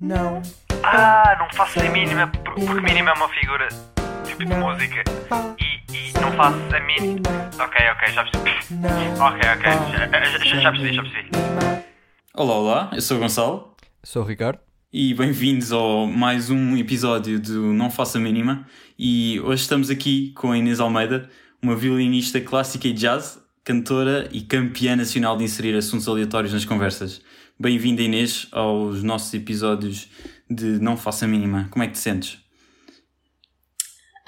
Não. Ah, não faço a mínima, por- porque mínima é uma figura tipo de Não. música. Pá. E, e não faço a mínima. Ok, ok, já percebi. Não. Ok, ok, já, já- já, já percebi, já percebi. Olá, olá, eu sou o Gonçalo Sou o Ricardo. e bem-vindos ao mais um episódio do Não Faça Mínima. E hoje estamos aqui com a Inês Almeida, uma violinista clássica e jazz, cantora e campeã nacional de inserir assuntos aleatórios nas conversas. Bem-vinda, Inês, aos nossos episódios de Não Faça Mínima. Como é que te sentes?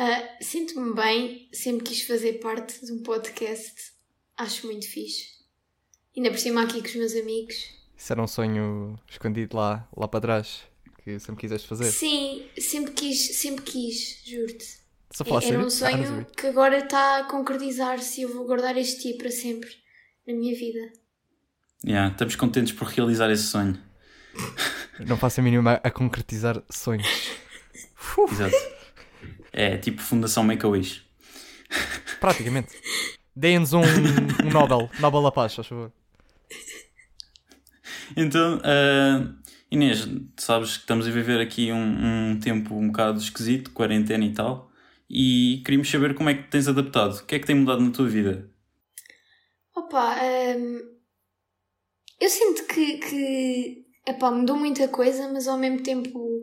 Ah, Sinto-me bem, sempre quis fazer parte de um podcast. Acho muito fixe. Ainda por cima aqui com os meus amigos. Isso era um sonho escondido lá, lá para trás, que sempre quiseste fazer. Sim, sempre quis, sempre quis, juro-te. Só falar Era um sério? Ah, não sabia. sonho que agora está a concretizar-se e eu vou guardar este dia para sempre na minha vida. Yeah, estamos contentes por realizar esse sonho. Não faço a mínima a concretizar sonhos. Exato. É tipo Fundação Make-A-Wish. Praticamente. Deem-nos um, um Nobel. Nobel da Paz, faz favor. Então, ah, Inês, sabes que estamos a viver aqui um, um tempo um bocado esquisito, quarentena e tal, e queríamos saber como é que te tens adaptado, o que é que tem mudado na tua vida? Opa, hum, eu sinto que, que epá, mudou muita coisa, mas ao mesmo tempo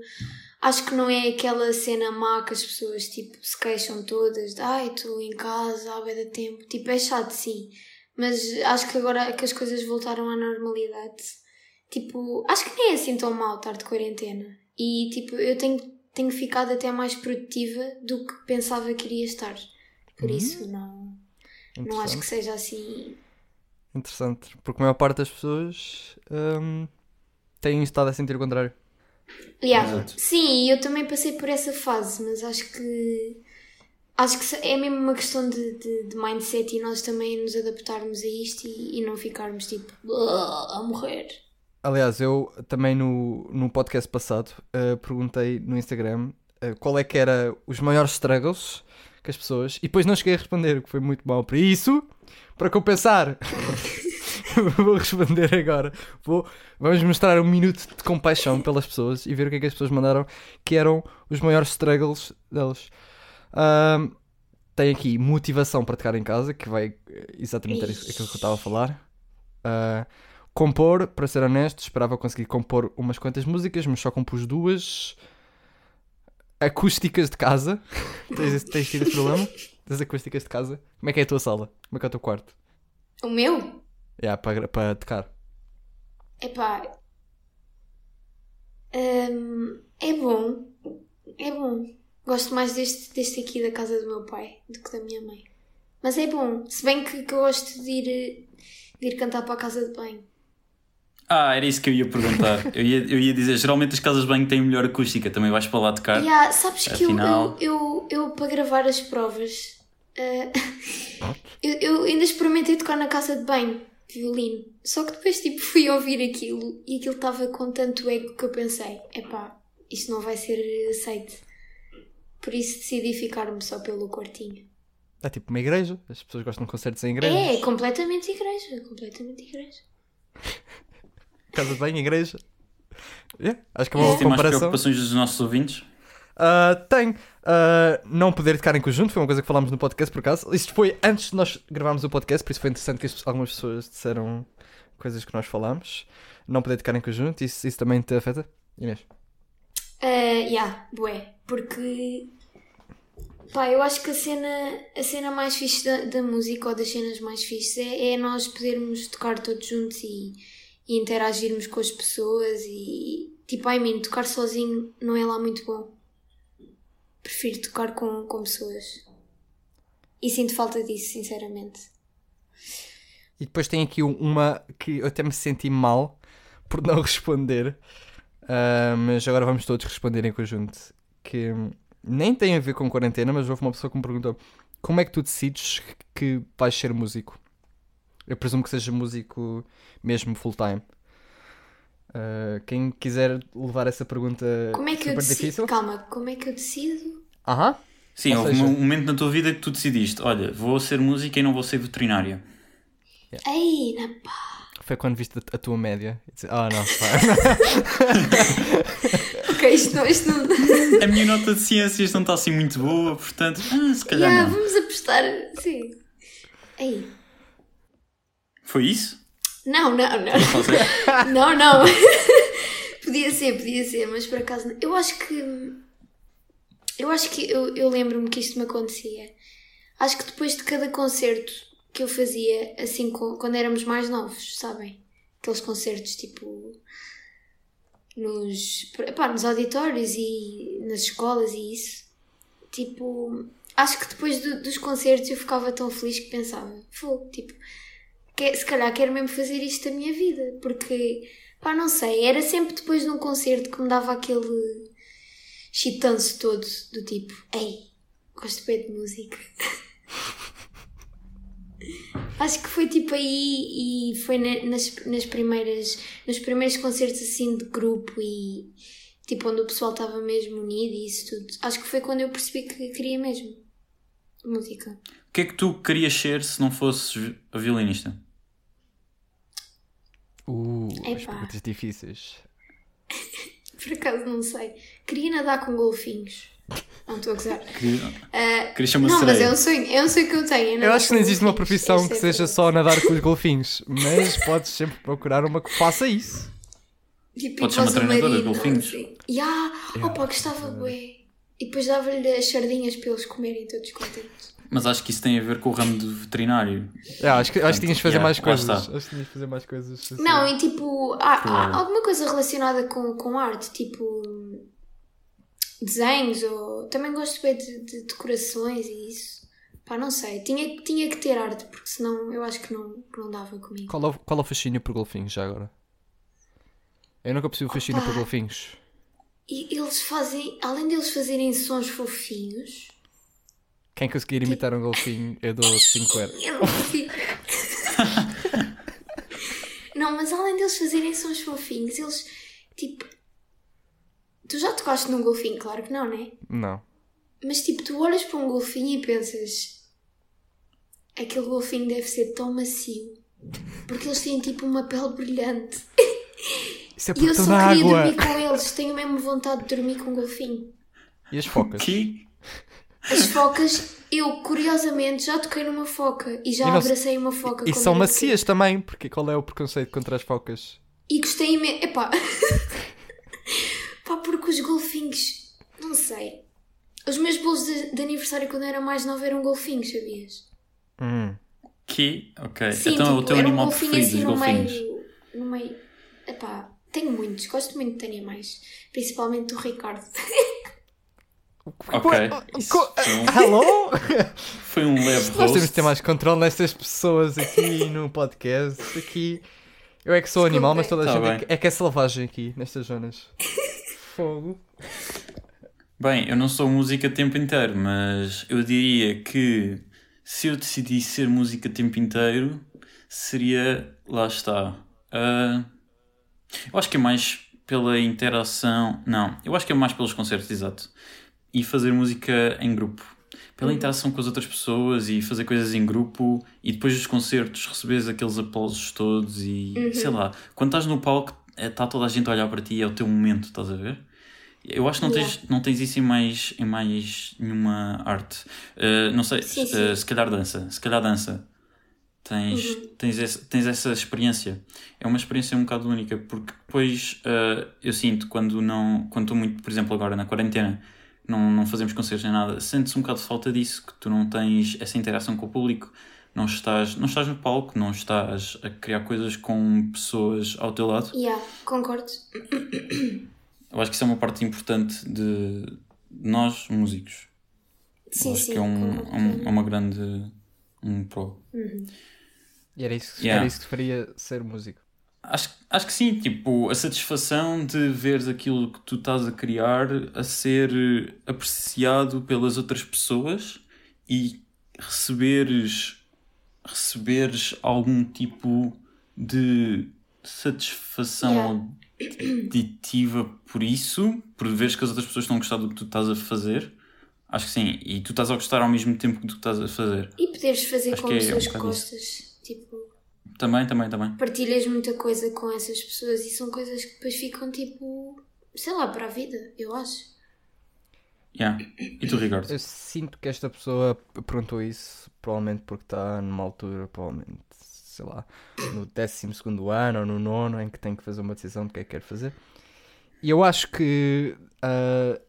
acho que não é aquela cena má que as pessoas tipo, se queixam todas de ai, estou em casa há bem da tempo. Tipo, é chato, sim, mas acho que agora é que as coisas voltaram à normalidade, tipo, acho que nem é assim tão mal estar de quarentena. E tipo, eu tenho, tenho ficado até mais produtiva do que pensava que iria estar. Por Hum. isso, não. Não acho que Interessante. seja assim. Interessante. Porque a maior parte das pessoas hum, têm estado a sentir o contrário. Yeah. Exato. Sim, e eu também passei por essa fase, mas acho que acho que se- é mesmo uma questão de, de, de mindset e nós também nos adaptarmos a isto e, e não ficarmos tipo "Ah, a morrer. Aliás, eu também no, no podcast passado eh, perguntei no Instagram eh, qual é que era os maiores struggles que as pessoas. E depois não cheguei a responder, o que foi muito mal. Por isso, para compensar, vou responder agora. Vou, vamos mostrar um minuto de compaixão pelas pessoas e ver o que é que as pessoas mandaram que eram os maiores struggles delas. Ahm, tem aqui motivação para tocar em casa, que vai eh, exatamente era isso- aquilo que eu estava a falar. Ah, compor, para ser honesto, esperava conseguir compor umas quantas músicas, mas só compus duas acústicas de casa. tens, esse- tens tido esse problema? Das acústicas de casa? Como é que é a tua sala? Como é que é o teu quarto? O meu? É, para, gra- para tocar. Epá. Hum, é bom. É bom. Gosto mais deste, deste aqui da casa do meu pai do que da minha mãe. Mas é bom. Se bem que, que eu gosto de ir, eh, de ir cantar para a casa de banho. Ah, era isso que eu ia perguntar. eu, ia, eu ia dizer, geralmente as casas de banho têm melhor acústica, também vais para lá tocar. Yeah, sabes que eu- Afinal- eu, eu, eu, para gravar as provas, eh, eu, eu ainda experimentei tocar na casa de banho, violino. Só que depois tipo, fui ouvir aquilo e aquilo estava com tanto ego que eu pensei: epá, isto não vai ser aceito. Por isso decidi ficar-me só pelo quartinho. É tipo uma igreja, as pessoas gostam de concertos em É, igrejas. completamente igreja, completamente igreja. Casa de banho, igreja. É, acho que é uma boa Existem mais comparação. preocupações dos nossos ouvintes? Ah, tem. Ah, não poder tocar em conjunto foi uma coisa que falámos no podcast, por acaso. Isto foi antes de nós gravarmos o podcast, por isso foi interessante que as- algumas pessoas disseram coisas que nós falámos. Não poder tocar em conjunto, isso, isso também te afeta? Inês? Uh, yeah, bué, porque pá, eu acho que a cena, a cena mais fixe da, da música ou das cenas mais fixes é, é nós podermos tocar todos juntos e, e interagirmos com as pessoas e tipo, ai mim, tocar sozinho não é lá muito bom. Prefiro tocar com, com pessoas. E sinto falta disso, sinceramente. E depois tem aqui um- uma que eu até me senti mal por não responder, Ah, mas agora vamos todos responder em conjunto. Que hum, nem tem a ver com quarentena, mas houve uma pessoa que me perguntou como é que tu decides que vais ser músico? Eu presumo que seja músico mesmo full-time. Ah, quem quiser levar essa pergunta Como é que eu super decido? difícil. Calma, como é que eu decido? Aham. Sim, Ou houve seja- um momento na tua vida que tu decidiste, olha, vou ser música e não vou ser veterinária. Ei, na pá. oh, Foi quando viste a, a tua média. E disse, Ah, não, pá. isto não. Isto não... A minha nota de ciências não está assim muito boa, portanto, ah, se calhar Yeah, não. vamos apostar. Sim. Aí. Foi isso? Tá Não, não, não. Não sei. Não, não. podia ser, podia ser, mas por acaso não. Eu acho que. Eu acho que. Eu, eu lembro-me que isto me acontecia. Acho que depois de cada concerto que eu fazia, assim, co- quando éramos mais novos, sabem? Aqueles concertos tipo. Nos, pá, nos auditórios e nas escolas e isso. Tipo. Acho que depois do- dos concertos eu ficava tão feliz que pensava, fogo, tipo, que- se calhar quero mesmo fazer isto da minha vida, porque, pá, não sei, era sempre depois de um concerto que me dava aquele chitanço todo, do tipo, ei, gosto bem de música. Acho que foi tipo aí e foi na- nas, nas primeiras, nos primeiros concertos assim de grupo e tipo onde o pessoal estava mesmo unido e isso tudo. Acho que foi quando eu percebi que queria mesmo música. O que é que tu querias ser se não fosses vi- violinista? Uh, as Epá. perguntas difíceis. Por acaso não sei. Queria nadar com golfinhos. Não estou a gozar. Queria- Querias ser uma Não, mas sereia? é um sonho, é um sonho que eu tenho. é Eu nadar acho que com não existe uma golfinhos. profissão Essa que é a seja verdade. só nadar com os golfinhos, mas podes sempre procurar uma que faça isso. Tipo, Pode Pode ser ser uma treinadora de marino, golfinhos. Assim. Ya, Opa, gostava bué. E depois dava-lhe as sardinhas para eles comerem todos contentes. Mas acho que isso tem a ver com o ramo do veterinário. É, acho que, acho que tinhas de fazer Yeah, mais lá coisas. está. Acho que tinhas de fazer mais coisas. assim. Não, e tipo, há, Claro. há alguma coisa relacionada com, com arte, tipo desenhos ou. Também gosto bem de, de decorações e isso. Pá, não sei. Tinha, tinha que ter arte, porque senão eu acho que não, que não dava comigo. Qual é, o- qual é o fascínio por golfinhos já agora? Eu nunca percebi o fascínio por Opa. golfinhos. E eles fazem, além deles fazerem sons fofinhos, Quem conseguir imitar um golfinho, eu dou 5 euros. eu não consigo. não, mas além deles fazerem sons fofinhos, eles tipo. Tu já tocaste num golfinho, claro que não, né? Não. Mas tipo, tu olhas para um golfinho e pensas. Aquele golfinho deve ser tão macio. Porque eles têm tipo uma pele brilhante. Isso é E porque eu só estão na queria água. dormir com eles. Tenho mesmo vontade de dormir com um golfinho. E as focas? Que? As focas, eu curiosamente já toquei numa foca e já E não- abracei uma foca. E quando são era macias também, porque qual é o preconceito contra as focas? E gostei imenso. Epá. Pá, porque os golfinhos. Não sei. Os meus bolos de, de aniversário quando eu era mais nova eram golfinhos, sabias? tipo, Hum. Que? Ok. então é o teu era um assim animal preferido, os no golfinhos. meio. No meio. Epá, tenho muitos, gosto muito de animais. Principalmente do Ricardo. Ok. Co- Isso co- foi um- Hello? Foi um leve Nós temos de roast. ter mais controle nestas pessoas aqui no podcast. Aqui. Eu é que sou animal, mas toda a Tá gente é bem. que- é que é selvagem aqui, nestas zonas. Fogo. Bem, eu não sou música o tempo inteiro, mas eu diria que se eu decidisse ser música o tempo inteiro, seria. Lá está. Ah, eu acho que é mais pela interação. Não, eu acho que é mais pelos concertos, exato. E fazer música em grupo. Pela interação com as outras pessoas e fazer coisas em grupo e depois dos concertos receberes aqueles aplausos todos e sei lá. Quando estás no palco, está toda a gente a olhar para ti e é o teu momento, estás a ver? Eu acho que não tens, não tens isso em mais, em mais nenhuma arte. Ah, não sei, Sim, ah, sim. Uhum. se calhar dança, se calhar dança. Tens, tens, essa, tens essa experiência. É uma experiência um bocado única, porque depois ah, eu sinto quando não. Quando estou muito, por exemplo, agora na quarentena, não, não fazemos concertos nem nada, sentes um bocado de falta disso, que tu não tens essa interação com o público, não estás, não estás no palco, não estás a criar coisas com pessoas ao teu lado. yeah, concordo. Eu acho que isso é uma parte importante de nós, músicos. Sim, Eu acho sim. que é, um, concordo. um- é uma grande. um pro. E era isso, Yeah. era isso que faria ser músico. Acho, acho que sim, tipo, a satisfação de veres aquilo que tu estás a criar a ser eh, apreciado pelas outras pessoas e receberes, receberes algum tipo de satisfação Yeah. auditiva por isso, por veres que as outras pessoas estão a gostar do que tu estás a fazer. Acho que sim, e tu estás a gostar ao mesmo tempo que tu estás a fazer. E poderes fazer Acho com que é um pessoas que bocado isso. gostas. Tipo. Também, também, também. partilhas muita coisa com essas pessoas e são coisas que depois ficam tipo sei lá, para a vida, eu acho. Yeah. E tu, Ricardo? Eu sinto que esta pessoa perguntou isso, provavelmente porque está numa altura, provavelmente, sei lá, no 12 ano ou no nono, em que tem que fazer uma decisão do que é que quer fazer. E eu acho que ah,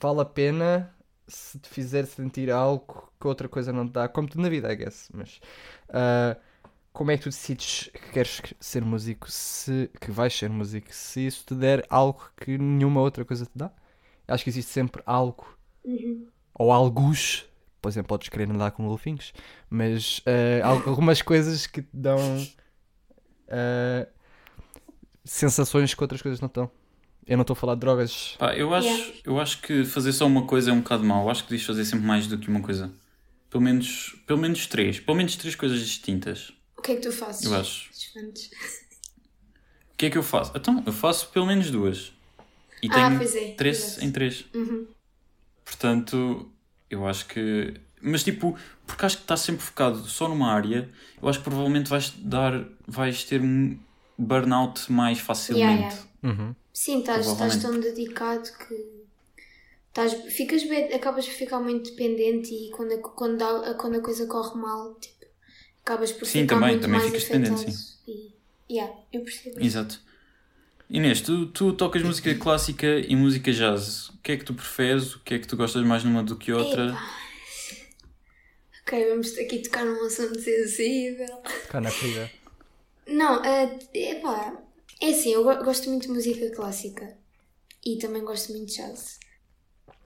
vale a pena se te fizer sentir algo que outra coisa não te dá, como tudo na vida, I guess. Mas ah, como é que tu decides que queres ser músico, se que vais ser músico, se isso te der algo que nenhuma outra coisa te dá? Acho que existe sempre algo ou alguns, por exemplo, podes querer andar com golfinhos, mas eh, algumas coisas que te dão eh, sensações que outras coisas não te dão. Eu não estou a falar de drogas. Pá, eu, acho, Yeah. eu acho que fazer só uma coisa é um bocado mau. Eu acho que devias fazer sempre mais do que uma coisa. Pelo menos, pelo menos três. Pelo menos três coisas distintas. O que é que tu fazes? Eu acho. Espantes. O que é que eu faço? Então, eu faço pelo menos duas. E Ah, pois é, três exato. Uhum. em três. Portanto, eu acho que. Mas tipo, porque acho que está sempre focado só numa área, eu acho que provavelmente vais dar. vais ter um burnout mais facilmente. Yeah, yeah. Sim, estás, estás tão dedicado que estás, ficas bem, acabas por ficar muito dependente e quando a, quando, dá- quando a coisa corre mal, tipo, acabas por Sim, ficar também- muito também mais ficas dependente, afetado. E, yeah, eu percebo. isso. Exato. Inês, tu, tu tocas música clássica e música jazz. O que é que tu preferes? O que é que tu gostas mais numa do que outra? Ok, vamos aqui tocar num assunto sensível. Cana querida. Não, eh, epá, é assim, eu go- gosto muito de música clássica e também gosto muito de jazz.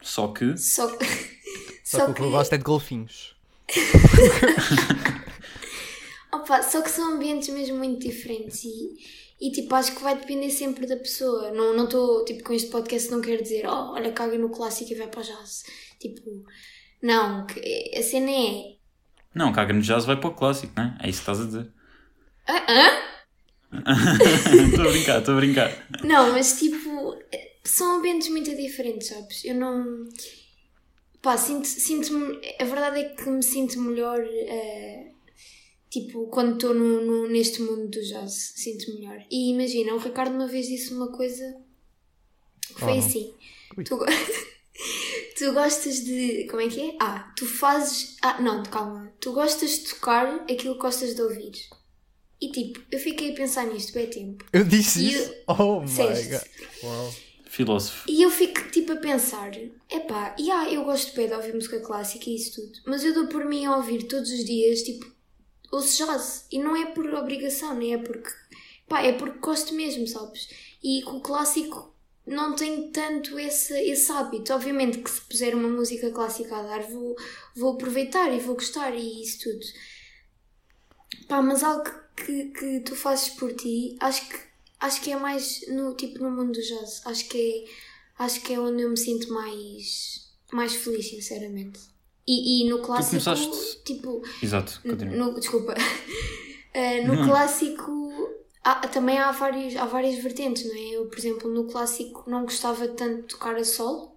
Só que. Só que. Só, que o que eu gosto é de golfinhos. Opa, só que são ambientes mesmo muito diferentes e, e tipo, acho que vai depender sempre da pessoa. Não não estou, tipo, com este podcast não quero dizer, oh, olha, caga no clássico e vai para o jazz. Tipo, não, que- a cena é. Não, caga no jazz vai para o clássico, não é? É isso que estás a dizer. "Ah, Estou a brincar, estou a brincar. Não, mas tipo, eh, são ambientes muito diferentes, sabes? Eu não. Pá, sinto- sinto-me. a verdade é que me sinto melhor, eh, tipo, quando estou no, no- neste mundo do jazz, sinto-me melhor. E imagina, o Ricardo uma vez disse uma coisa que foi Oh, não. assim: Ui. tu, go- tu gostas de. Como é que é? Ah, tu fazes. Ah, não, calma. Tu gostas de tocar aquilo que gostas de ouvir. E tipo, eu fiquei a pensar nisto, bem tempo. Eu disse E isso? Oh my disseste. god. Uau. Filósofo. E eu fico tipo a pensar: epá, e yeah, eu gosto bem de ouvir música clássica e isso tudo, mas eu dou por mim a ouvir todos os dias, tipo, ouço jazz. E não é por obrigação, nem é porque. pá, é porque gosto mesmo, sabes? E com o clássico não tenho tanto esse, esse hábito. Obviamente que se puser uma música clássica a dar, vou, vou aproveitar e vou gostar e isso tudo. Pá, mas algo que, que tu fazes por ti, acho que, acho que é mais no, tipo, no mundo do jazz. Acho que é, acho que é onde eu me sinto mais, mais feliz, sinceramente. E, e no clássico, começaste- tipo, Exato, continua. no, desculpa. Uh, no Não. clássico há- também há, vários, há várias vertentes, não é? Eu, por exemplo, no clássico não gostava tanto de tocar a solo.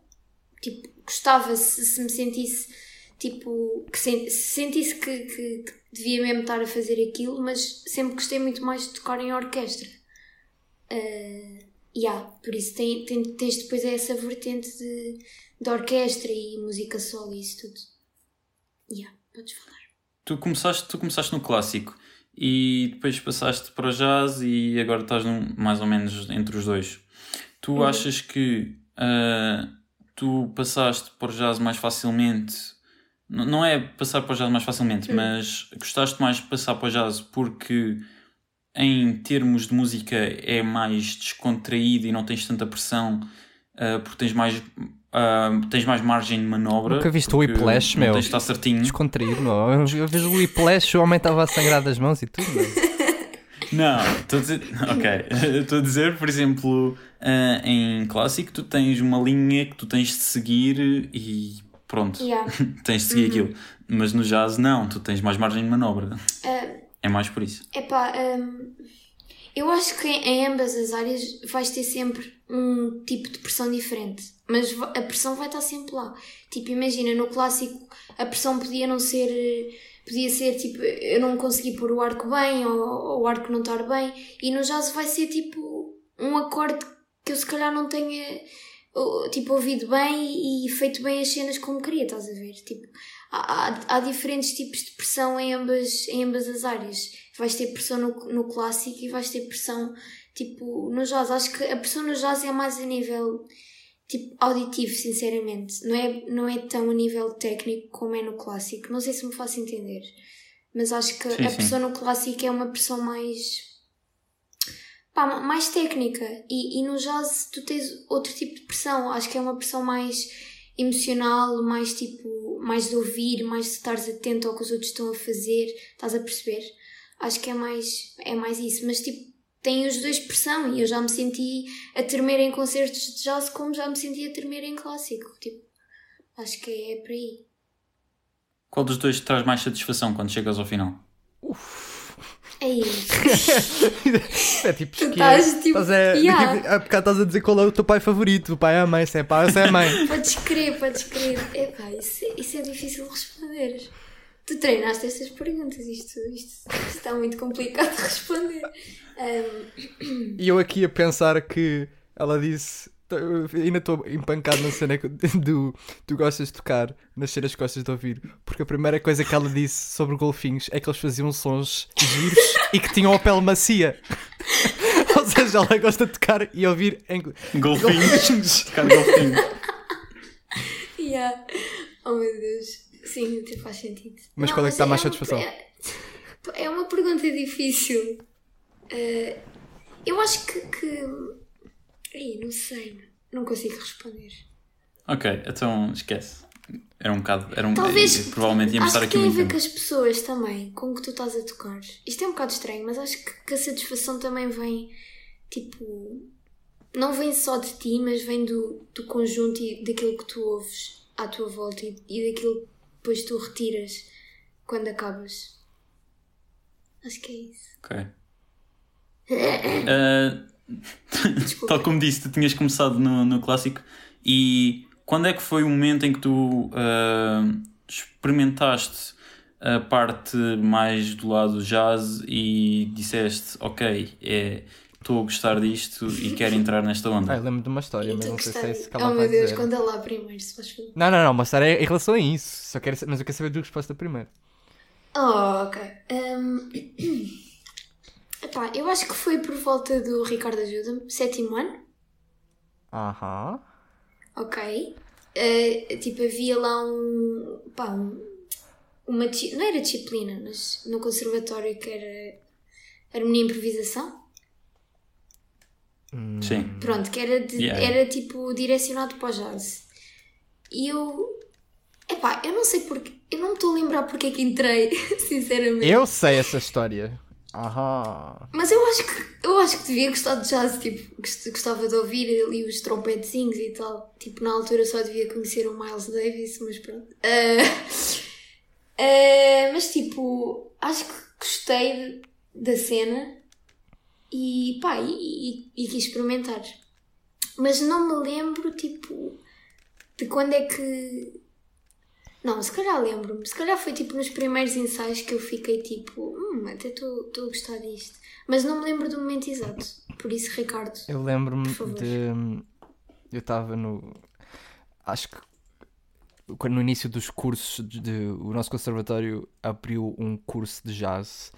Tipo, gostava se, se me sentisse, tipo, que sen- se sentisse que, que- que devia mesmo estar a fazer aquilo, mas sempre gostei muito mais de tocar em orquestra. Uh, yeah, por isso tem, tem, tens depois essa vertente de, de orquestra e música solo e isso tudo. Yeah, podes falar. Tu começaste, tu começaste no clássico e depois passaste para o jazz e agora estás num, mais ou menos entre os dois. Tu achas que ah, tu passaste para o jazz mais facilmente? N- não é passar para o jazz mais facilmente, mas gostaste mais de passar para o jazz porque em termos de música é mais descontraído e não tens tanta pressão ah, porque tens mais, ah, tens mais margem de manobra. Nunca viste o porque Whiplash, não meu? Tens de estar certinho. Descontraído, não. Eu eu vejo o Whiplash, o homem estava a sangrar das mãos e tudo. Mas... Não, estou a dizer. Ok. Estou a dizer, por exemplo, ah, em clássico, tu tens uma linha que tu tens de seguir e pronto. Yeah. Uhum. Tens de seguir aquilo. Mas no jazz, não. Tu tens mais margem de manobra. Ah. É mais por isso. Epá, hum, eu acho que em, em ambas as áreas vais ter sempre um tipo de pressão diferente, mas va- a pressão vai estar sempre lá. Tipo, imagina, no clássico a pressão podia não ser, eh, podia ser tipo, eu não consegui pôr o arco bem ou, ou o arco não estar bem, e no jazz vai ser tipo um acorde que eu se calhar não tenha ou- tipo, ouvido bem e feito bem as cenas como queria, estás a ver? Tipo, há, há, há diferentes tipos de pressão em ambas, em ambas as áreas. Vais ter pressão no, no clássico e vais ter pressão tipo, no jazz. Acho que a pressão no jazz é mais a nível tipo, auditivo, sinceramente. Não é, não é tão a nível técnico como é no clássico. Não sei se me faço entender. Mas acho que Sim, a sim. pressão no clássico é uma pressão mais pá, ma- mais técnica. E, e no jazz tu tens outro tipo de pressão. Acho que é uma pressão mais emocional, mais tipo, mais de ouvir, mais de estares atento ao que os outros estão a fazer. Estás a perceber? Acho que é mais, é mais isso. Mas tipo, têm os dois pressão e eu já me senti a tremer em concertos de jazz como já me senti a tremer em clássico. Tipo, acho que é, é por aí. Qual dos dois te traz mais satisfação quando chegas ao final? É isso. Isso é tipo Tu esquerda. estás, tipo, Estás a, yeah. daqui, a bocado estás a dizer qual é o teu pai favorito. O pai é a mãe, se é pai, se é a mãe. Podes crer, podes crer. Epá, isso, isso é difícil de responder. Tu treinaste estas perguntas, isto, isto, isto está muito complicado de responder. Ahm, E eu aqui a pensar que ela disse. t- eu Ainda estou empancado na cena que- do tu gostas de tocar, nas cenas que gostas de ouvir, porque a primeira coisa que ela disse sobre golfinhos é que eles faziam sons giros e que tinham a pele macia. Ou seja, ela gosta de tocar e ouvir em Golfinhos. Tocar golfinho. yeah. Oh meu Deus. Sim, até faz sentido. Mas qual é que dá mais satisfação? Uma, é- é uma pergunta difícil. Ah, eu acho que. que... Ai, não sei. Não consigo responder. Ok, então esquece. Era um bocado. Era um, Talvez. eh, provavelmente ia acho estar que aqui tem a muito ver com tempo. as pessoas também, com o que tu estás a tocar. Isto é um bocado estranho, mas acho que, que a satisfação também vem, tipo. Não vem só de ti, mas vem do, do conjunto e daquilo que tu ouves à tua volta e, e daquilo que depois tu retiras quando acabas. Acho que é isso. Ok. Eh, Desculpa. tal como disse, tu tinhas começado no, no clássico. E quando é que foi o momento em que tu eh, experimentaste a parte mais do lado jazz e disseste, ok, é, estou a gostar disto e quero entrar nesta Ah, onda? eu lembro de uma história, Eu mas tô não sei se é isso que gostando. ela Oh vai meu Deus, dizer. conta lá primeiro, se faz favor. Não, não, não, uma história é em relação a isso. Só quero, sa- mas eu quero saber a tua resposta primeiro. Oh, ok. Ahm, epá, eu acho que foi por volta do Ricardo Ajuda-me, sétimo ano. Aham. Ok. Eh, tipo, havia lá um. pá, um, uma. disci- não era disciplina, mas no conservatório que era. harmonia e improvisação. Ah, hum. Sim. Pronto, que era, de- Yeah. era tipo direcionado para o jazz. E eu. epá, eu não sei porque. eu não me estou a lembrar porque é que entrei, sinceramente. Eu sei essa história. Aham. Mas eu acho que eu acho que devia gostar de jazz, tipo, gost- gostava de ouvir ali os trompetezinhos e tal. Tipo, na altura só devia conhecer o Miles Davis, mas pronto. Eh, Ah, ah, mas tipo, acho que gostei de- da cena e pá, e, e, e quis experimentar. Mas não me lembro, tipo, de quando é que. Não, se calhar lembro-me. Se calhar foi tipo nos primeiros ensaios que eu fiquei tipo, hum, até estou estou a gostar disto. Mas não me lembro do momento exato. Por isso, Ricardo. Eu lembro-me Por favor. de. Eu estava no. Acho que. Quando no início dos cursos, de, de- o nosso conservatório abriu um curso de jazz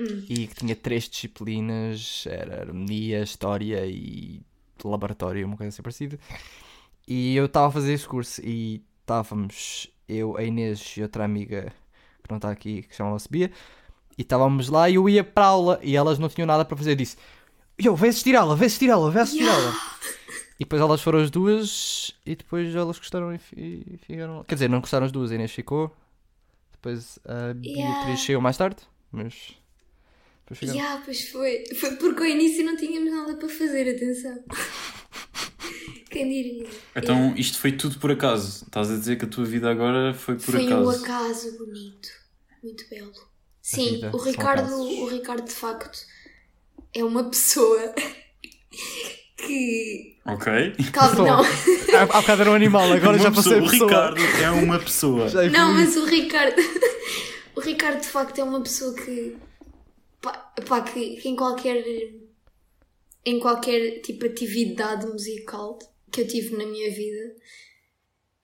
Hum. e que tinha três disciplinas: era harmonia, história e laboratório, uma coisa assim parecida. E eu estava a fazer esse curso e estávamos, eu, a Inês e outra amiga que não está aqui, que chamava-se Bia, e estávamos lá e eu ia para a aula e elas não tinham nada para fazer. Eu disse: Eu, vê assistir aula, vê assistir aula, vê assistir aula. E depois elas foram as duas e depois elas gostaram e, fi- e ficaram lá. Quer dizer, não gostaram as duas, a Inês ficou. Depois a Beatriz Yeah. chegou mais tarde, mas. Depois Já, ficaram. pois foi. Foi porque ao início não tínhamos nada para fazer, atenção. Quem diria? Então isto foi tudo por acaso. Estás a dizer que a tua vida agora foi por Foi acaso. um acaso bonito, muito belo. Sim, vida o são Ricardo, acasos. o Ricardo de facto é uma pessoa que Ok. calma, não. Há há bocado era um animal, agora Uma já passei pessoa- a pessoa. O Ricardo é uma pessoa. Já Não, evolui. mas o Ricardo. O Ricardo de facto é uma pessoa que. Pá, pá, que, que em qualquer. em qualquer tipo atividade musical que eu tive na minha vida.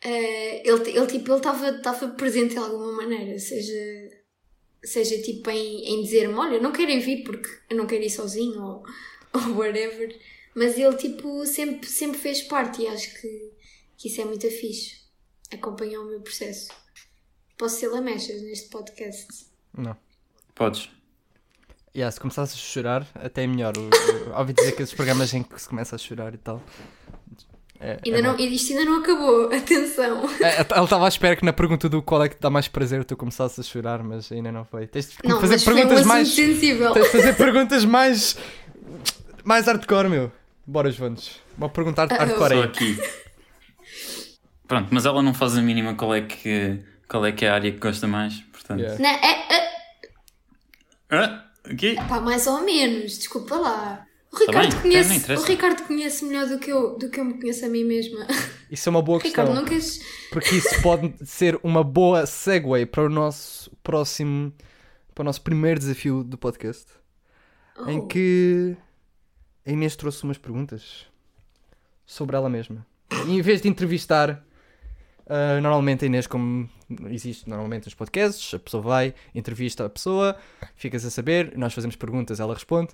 eh, ele, ele tipo, ele estava estava presente de alguma maneira, seja seja tipo em, em dizer-me, olha, não querem vir porque eu não quero ir sozinho ou, ou whatever. Mas ele tipo sempre, sempre fez parte e acho que, que isso é muito fixe. Acompanhou o meu processo. Posso ser lamechas neste podcast. Não. Podes. Yeah, se começasses a chorar, até é melhor. Eu- eu Ouvi dizer que esses programas em que se começa a chorar e tal. É, Ainda é não, isto ainda não acabou, atenção. É, Ele estava à espera que na pergunta do qual é que te dá mais prazer tu começasses a chorar, mas ainda não foi. Tens de Não, fazer mas foi um perguntas assunto mais. sensível. Tens de fazer perguntas mais. mais hardcore, meu. Bora, Joanes. Vou perguntar Ah, hardcore Só aí. aqui. Pronto, mas ela não faz a mínima qual é que, qual é, que é a área que gosta mais, portanto. Yeah. Não, é, Ah, aqui? é, pá, mais ou menos, desculpa lá. O bem, Ricardo, então não conhece, interessa. o Ricardo conhece melhor do que, eu, do que eu me conheço a mim mesma. Isso é uma boa questão. Ricardo, não queres. Porque isso pode ser uma boa segue para o nosso próximo. para o nosso primeiro desafio do podcast. Em Oh. que a Inês trouxe umas perguntas sobre ela mesma. E em vez de entrevistar, ah, normalmente a Inês, como existe normalmente nos podcasts, a pessoa vai, entrevista a pessoa, ficas a saber, nós fazemos perguntas, ela responde.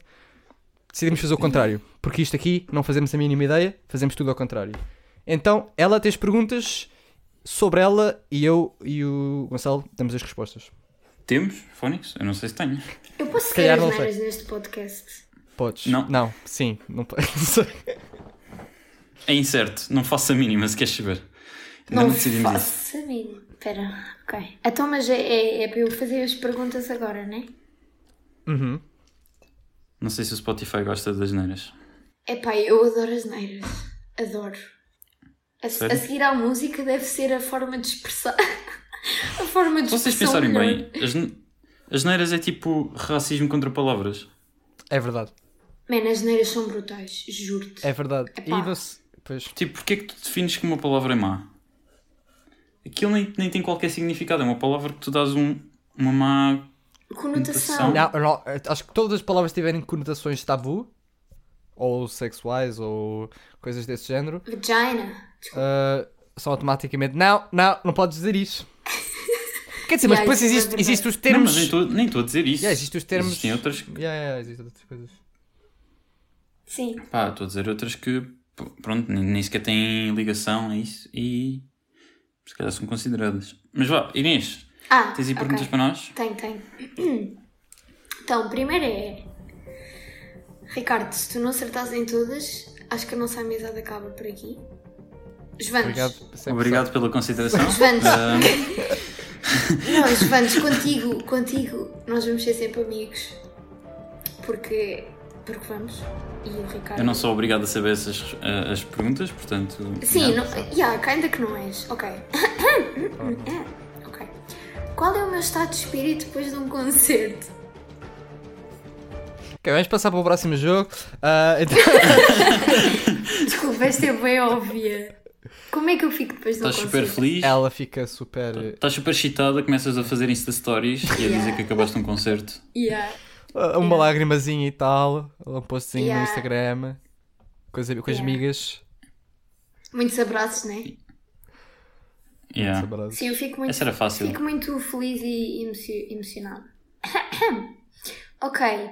Decidimos fazer o contrário, porque isto aqui não fazemos a mínima ideia, fazemos tudo ao contrário. Então, ela tem as perguntas sobre ela e eu e o Gonçalo damos as respostas. Temos fónicos? Eu não sei se tenho. Eu posso Se ter calhar as não sei. neiras neste podcast. Podes? Não. Não, sim, não po- não sei. É incerto, não faço a mínima se queres saber. Ainda Não, não decidimos isso. faço a mínima. Espera, ok. Então, mas é, é, é para eu fazer as perguntas agora, não é? Uhum. Não sei se o Spotify gosta das neiras. Epá, eu adoro as neiras. Adoro. A, Sério? a seguir à música deve ser a forma de expressar. a forma de Se vocês expressão pensarem melhor. bem, as, ne- as neiras é tipo racismo contra palavras. É verdade. Man, as neiras são brutais, juro-te. É verdade. E Epá. não se... Pois. Tipo, porquê é que tu defines que uma palavra é má? Aquilo nem, nem tem qualquer significado, é uma palavra que tu dás um, uma má. Conotação. Não, não, acho que todas as palavras tiverem conotações tabu, ou sexuais, ou coisas desse género, Vagina. Desculpa. ah, são automaticamente. Não, não, não podes dizer isso. Quer dizer, mas Yeah, depois isso é existe- verdade. existem os Não, termos. mas nem estou nem estou a dizer isso. Yeah, existem os termos. Existem outras que. Yeah, yeah, existem outras coisas. Sim. Pá, estou a dizer outras que. p- Pronto, nem, nem sequer têm ligação a isso e. Se calhar são consideradas. Mas vá, Inês, Ah, tens aí ok. perguntas para nós? Tem, tem. Então, primeiro é. Ricardo, se tu não acertares em todas, acho que a nossa amizade acaba por aqui. João. Obrigado. sempre Obrigado pela consideração. Vantes. Ah, Nós, Vantes, contigo, contigo, nós vamos ser sempre amigos. Porque, porque vamos. E o Ricardo. eu não sou obrigado a saber essas ah, as perguntas, portanto. já. Sim, não, yeah, que ainda que não és. Ok. ok. Qual é o meu estado de espírito depois de um concerto? Ok, vamos passar para o próximo jogo. Ah, então- Desculpa, esta é bem óbvia. Como é que eu fico depois de um Estás super concerto? feliz? Ela fica super. Estás super excitada, começas a fazer Insta Stories e a dizer Yeah. que acabaste um concerto. Yeah. ah, Uma lagrimazinha e tal. Um postzinho Yeah. no Instagram. Coisa, com as Yeah. amigas. Muitos abraços, não é? Yeah. Sabrosas. Sim, eu fico muito, Essa era fácil. fico muito feliz e emoci- emocionada. ok,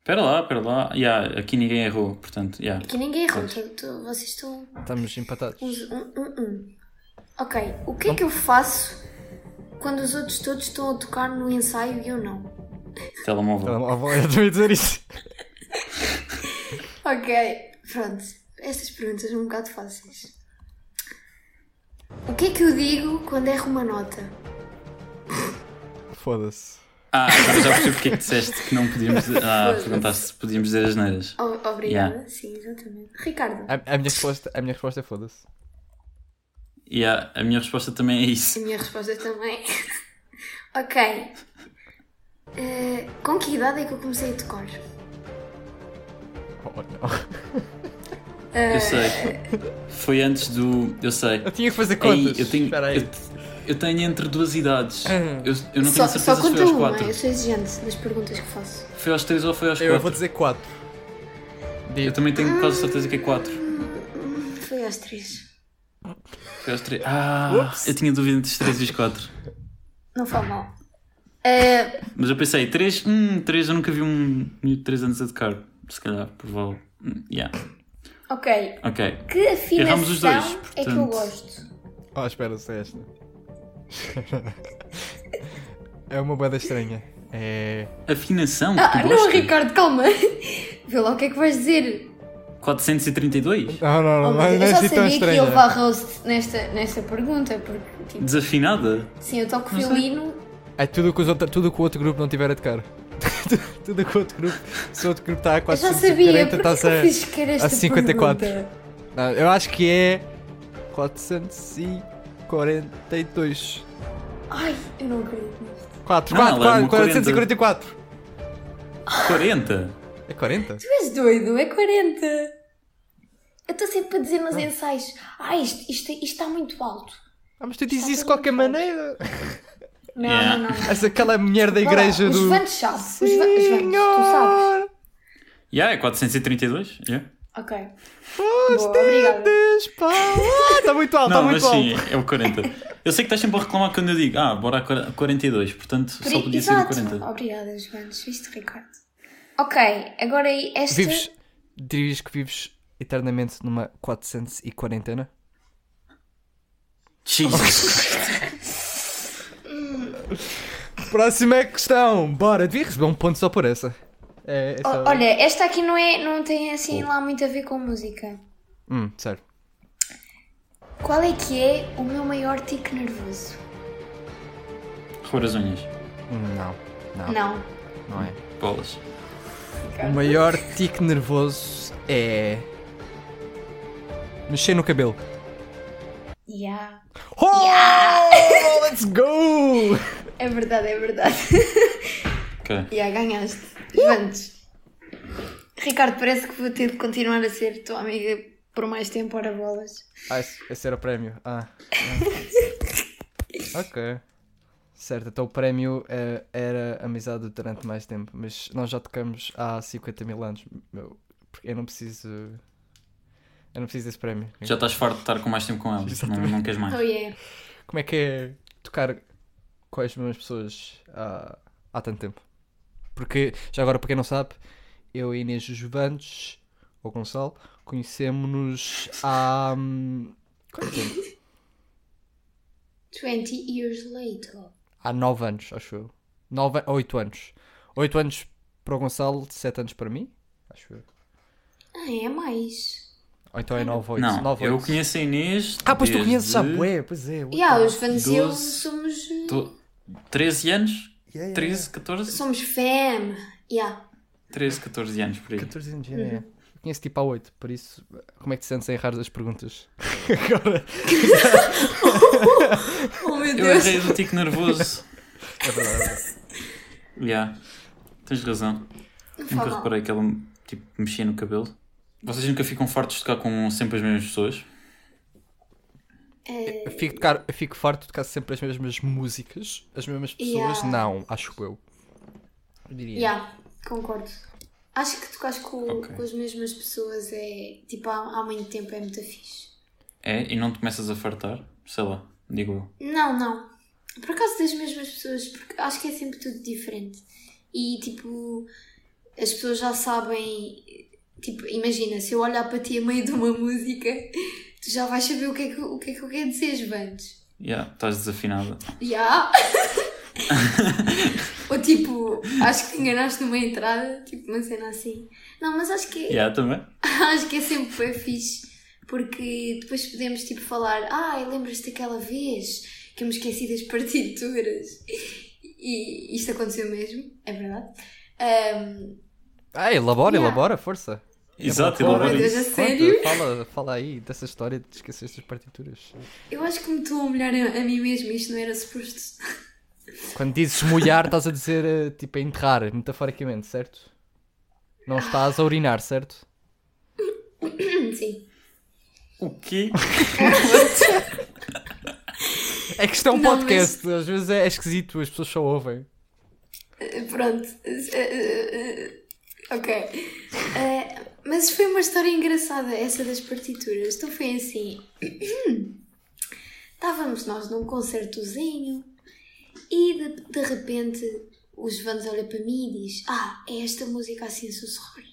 Espera lá, espera lá. Yeah, aqui ninguém errou, portanto, yeah. aqui ninguém errou, tu- tu- vocês estão Estamos empatados. uns um, um, um. Ok, o que é que eu faço quando os outros todos estão a tocar no ensaio e eu não? telemóvel. Ah, vou- Eu devia dizer isso. Ok, pronto. Estas perguntas são um bocado fáceis. O que é que eu digo quando erro uma nota? Foda-se. Ah, agora já percebi porque é que disseste que não podíamos. Ah, perguntaste se podíamos dizer as neiras. O- obrigada, Yeah. sim, exatamente. Ricardo, A, a minha, resposta, a minha resposta é foda-se. Yeah, a minha resposta também é a isso. minha resposta também. ok. Eh, com que idade é que eu comecei a tocar? Oh, não. É. Eu sei. Foi antes do. Eu sei. Eu tinha que fazer Ei, contas. eu tenho. Espera aí. Ah. Eu, eu tenho entre duas idades. Eu, eu não tenho só, certeza só se foi conta aos uma, quatro. eu sou exigente nas perguntas que faço. Foi aos três ou foi aos Eu, quatro? vou dizer 4. Eu também tenho Ah. quase certeza que é 4. Foi aos três. Ah, eu tinha dúvida entre os 3 e os 4. Não foi mal. Ah, Mas eu pensei, 3, hum, 3, eu nunca vi um miúdo de 3 anos a tocar. Se calhar, provável. Hum, Yeah, ok. ok. Que afinação Erramos os dois, é que eu portanto. gosto? Oh, espera, se é esta. é uma boeda estranha. É. Afinação que Ah, tu não, gostas? Ricardo, calma. Vê lá o que é que vais dizer. 432? Não, não, não, Oh, não, meu Deus, é assim eu já tão sabia que estranha. ia levar roast nesta, nesta pergunta, porque, tipo, Desafinada? sim, eu toco Não sei. violino. É tudo que, os outra- tudo que o outro grupo não tiver a tocar. tudo que o outro grupo. Se o outro grupo está a Eu já sabia, 440, porque está-se eu a. fiz que era esta a 54. pergunta. tá Não, eu acho que é. 442. Ai, eu não acredito nisto. 4, Não, 4, ela é 4, uma 444. 40? É 40? Tu és doido, é 40. Eu estou sempre a dizer nos ensaios, ah, isto, isto, isto está muito alto. Ah, mas tu dizes isso de tudo qualquer bem. maneira. Não, Yeah. não, não. És aquela mulher da Vá lá, igreja Os do. vantes sabem, os, va os vantes, tu sabes. Senhor, Yeah, é 432? Yeah. Ok. os Boa, obrigada. dedos, pá. Ah, Está muito alto, está Não, mas muito sim, alto. é o 40. Eu sei que estás sempre a reclamar quando eu digo, ah, bora a 40 42, portanto só Pri- podia ser o Exato. 40. Obrigada, os vantes. Viste, Ricardo? Ok, agora aí esta... Vives, dirias que vives eternamente numa 440? Jesus! Próxima questão, bora. Devia receber um ponto só por essa. É, é Tá O- só... Oh, Olha, esta aqui não, é, não tem assim lá muito a ver com música. Hum, sério. Qual é que é o meu maior tique nervoso? Roer as unhas. Hum, Não, não, não, Não. é. Bolas. O maior tique nervoso é. Mexer no cabelo. Yeah. Oh, let's go! É verdade, é verdade. Ok. yeah, ganhaste. Uh! Vantes. Ricardo, parece que vou ter de continuar a ser tua amiga por mais tempo, ora bolas. Ah, esse, esse era o prémio. Ah. Ah. ok. Certo, então o prémio eh, era amizade durante mais tempo, mas nós já tocamos há 50 mil anos. Meu, porque eu não preciso. Eu não preciso desse prémio. Já estás farto de estar com mais tempo com ela. Não, não queres mais. Oh yeah. Como é que é tocar com as mesmas pessoas há, há tanto tempo? Porque, já agora, para quem não sabe, eu e Inês Juventus, ou Gonçalo, conhecemos-nos há. hum, Quanto tempo? 20 years later. há 9 anos, acho eu. 9 ou 8 anos. 8 anos para o Gonçalo, 7 anos para mim, acho eu. Ah, é mais. Ou então é 9 ou 8. Não, eu conheço a Inês. Ah, pois tu desde conheces já, bué, pois é. Yeah, os Vantes e eu Doze. somos. eh, do- 13 anos? É. Yeah, yeah, 13, 14? Somos fam. Yeah. 13, 14 anos por aí. 14 anos, yeah, Uhum. yeah. Eu conheço tipo há 8, por isso, como é que te sentes a errar as perguntas? Agora, Oh meu Eu Deus. errei do tico nervoso. é verdade. Yeah. Tens razão. fala Nunca mal. reparei que ela tipo, mexia no cabelo. Vocês nunca ficam fartos de tocar com sempre as mesmas pessoas? Eu fico, de cara- eu fico farto de tocar sempre as mesmas músicas, as mesmas pessoas? Yeah. Não, acho eu. Eu diria. Yeah, concordo. Acho que tocares com, Ok. com as mesmas pessoas é tipo há, há muito tempo é muito fixe. É? E não te começas a fartar? Sei lá, digo eu. Não, não. Por acaso das mesmas pessoas, porque acho que é sempre tudo diferente. E tipo, as pessoas já sabem. Tipo, imagina, se eu olhar para ti a meio de uma música, tu já vais saber o que é que, o que, é que eu quero dizer, Vantes. Yeah, estás desafinada. Já? Ou tipo, acho que te enganaste numa entrada, tipo, uma cena assim. Não, mas acho que Yeah, também. Acho que é sempre foi fixe, porque depois podemos tipo falar, ai, lembras-te daquela vez que eu me esqueci das partituras? E isto aconteceu mesmo, é verdade. Ahm, Ah, elabora, Yeah. elabora, força. Exato, Elabora. elabora Meu Deus, isso. a Conta, sério? Fala, fala aí dessa história de esquecer estas partituras. eu acho que me estou a humilhar a, a mim mesmo, isto não era suposto. Quando dizes molhar, estás a dizer eh, tipo a enterrar, metaforicamente, certo? Não estás a urinar, certo? Sim. O quê? É que isto é um Não, podcast, às vezes é, é esquisito, as pessoas só ouvem. Eh, Pronto. Eh, eh, eh, Ok. Eh, Mas foi uma história engraçada essa das partituras. Então foi assim. Estávamos nós num concertozinho e de, de repente o Giovanni olha para mim e diz: Ah, é esta música assim sussurrar.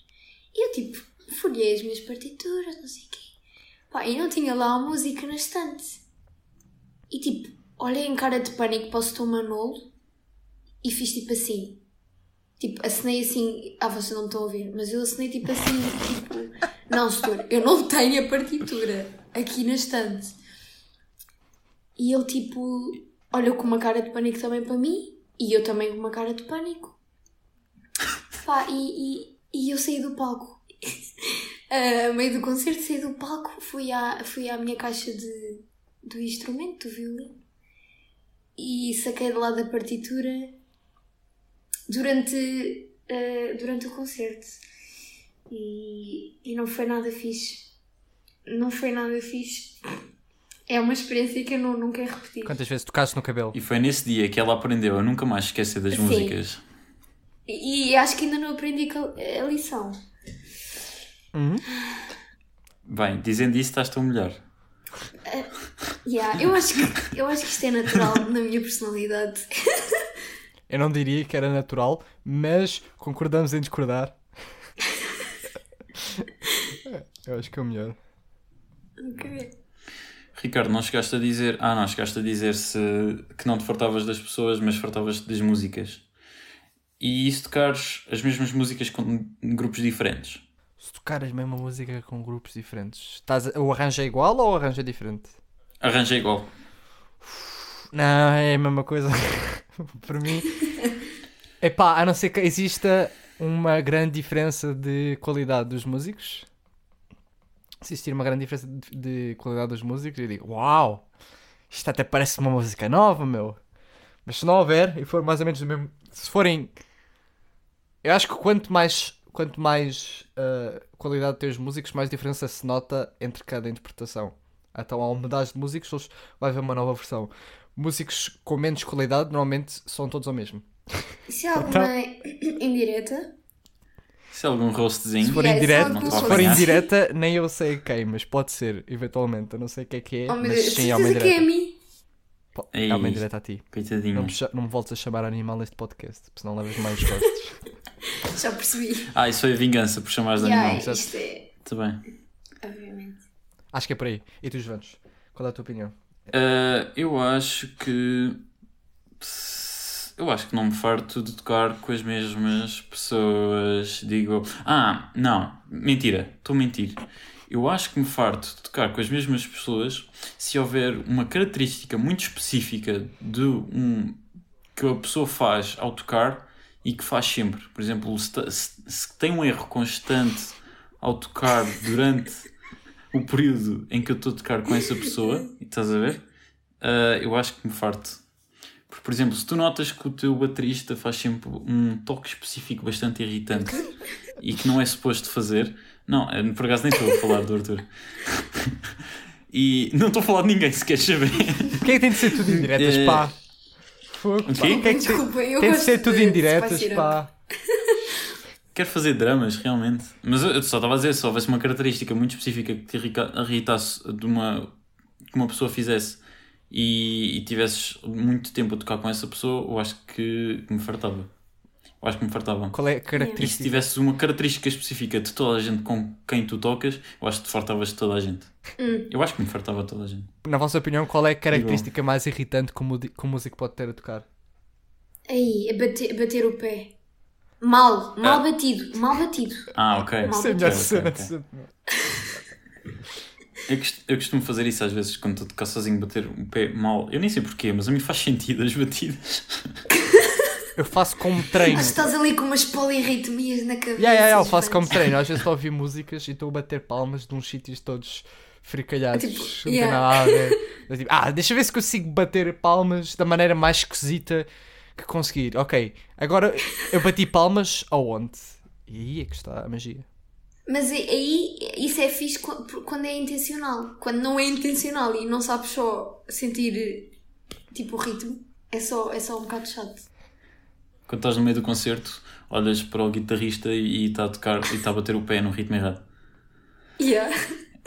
E eu tipo, folhei as minhas partituras, não sei o quê. Pá, e não tinha lá a música na estante. E tipo, olhei em cara de pânico para o Sr. Manolo e fiz tipo assim. Tipo, acenei assim. Ah, vocês não me estão a ouvir, mas eu acenei tipo assim, tipo, não, senhor, eu não tenho a partitura aqui na estante. E ele tipo olhou com uma cara de pânico também para mim e eu também com uma cara de pânico. Pá, e, e, e eu saí do palco. Ah, a meio do concerto saí do palco, fui à, fui à minha caixa de, do instrumento, do violino, e saquei de lá da partitura durante, ah, durante o concerto. E, e não foi nada fixe. Não foi nada fixe. É uma experiência que eu não, nunca ia repetir. Quantas vezes tocaste no cabelo? E foi nesse dia que ela aprendeu a nunca mais esquecer das Sim. músicas. E, e acho que ainda não aprendi cal- a lição. Bem, dizendo isso, estás tão melhor. Yeah, eu, acho que, eu acho que isto é natural na minha personalidade. Eu não diria que era natural, mas concordamos em discordar. É, Eu acho que é o melhor. Ricardo, não chegaste a dizer. Ah, não, chegaste a dizer se que não te fartavas das pessoas, mas fartavas-te das músicas. E isso tocares as mesmas músicas com grupos diferentes. Se tocares a mesma música com grupos diferentes, estás a- o arranjo é igual ou o arranjo é diferente? Arranja igual. Não, é a mesma coisa. Para mim. Epá, a não ser que exista uma grande diferença de qualidade dos músicos. Se existir uma grande diferença de, de qualidade dos músicos, eu digo: Uau! Isto até parece uma música nova, meu. Mas se não houver, e for mais ou menos do mesmo. Se forem. Eu acho que quanto mais, quanto mais ah, qualidade tem os músicos, mais diferença se nota entre cada interpretação. Então há unidades de músicos, eles- vai haver uma nova versão músicos com menos qualidade normalmente são todos ao mesmo. Isso é Então- alguma indireta? Se algum roastzinho. Se for Yeah, em isso direto, é uma se coisa. for em direta, nem eu sei quem, mas pode ser, eventualmente. Eu não sei o que é que é, Oh meu mas Deus, sim, é uma certeza que é a indireta. mim. Po- É É uma isso. indireta a ti. Coitadinho. Não me, cha- não me voltes a chamar animal neste podcast, porque senão levas mais gostos. Já percebi. Ah, isso foi a vingança por chamares de Yeah, animal. exato. isto é, Muito bem. obviamente. Acho que é por aí. E tu, Joanes? Qual é a tua opinião? Ah, eu acho que. Eu acho que não me farto de tocar com as mesmas pessoas. Digo. Ah, não. Mentira. Estou a mentir. Eu acho que me farto de tocar com as mesmas pessoas se houver uma característica muito específica de um que a pessoa faz ao tocar e que faz sempre. Por exemplo, se, ta- se- se tem um erro constante ao tocar durante o período em que eu estou a tocar com essa pessoa, estás a ver? Ah, eu acho que me farto. Porque, por exemplo, se tu notas que o teu baterista faz sempre um toque específico bastante irritante e que não é suposto fazer. Não, eh, por acaso nem estou a falar do Arthur. E não estou a falar de ninguém, se queres saber. O que é que tem de ser tudo em diretas, Eh, pá? Fogo, pá. o quê? O que é que tem, Desculpa, eu tem de gosto ser tudo de em diretas, Spice It Up. pá? Quero fazer dramas, realmente. Mas eu eu só estava a dizer, se houvesse uma característica muito específica que te irrica- irritasse de uma que uma pessoa fizesse e, e tivesses muito tempo a tocar com essa pessoa, eu acho que me fartava. Eu acho que me fartava. Qual é a E se característica? tivesses uma característica específica de toda a gente com quem tu tocas, eu acho que te fartavas de toda a gente. Eu acho que me fartava de toda a gente. Na vossa opinião, qual é a característica mais irritante que o mudi- que o músico pode ter a tocar? Aí, a bater, a bater o pé. Mal, mal Ah. batido, mal batido. Ah, ok. Isso é a Ok, melhor ok, cena de ok. sempre. Eu, cost- eu costumo fazer isso às vezes quando estou a tocar sozinho, bater o pé mal. Eu nem sei porquê, mas a mim faz sentido as batidas. Eu faço como treino. Acho que estás ali com umas polirritmias na cabeça. Yeah, yeah, yeah, eu faço como Jonas. treino. Às vezes estou a ouvir músicas e estou a bater palmas de uns sítios todos fricalhados. Tipo, não tem yeah. nada a ver. Eu tipo, ah, deixa eu ver se consigo bater palmas da maneira mais esquisita que conseguir. Ok, agora eu bati palmas aonde? E aí é que está a magia. Mas a- aí, isso é fixe qu- por- quando é intencional. Quando não é intencional e não sabes só sentir, tipo, o ritmo, é só, é só um bocado chato. Quando estás no meio do concerto, olhas para o guitarrista e está a tocar e está a bater o pé no ritmo errado. Yeah.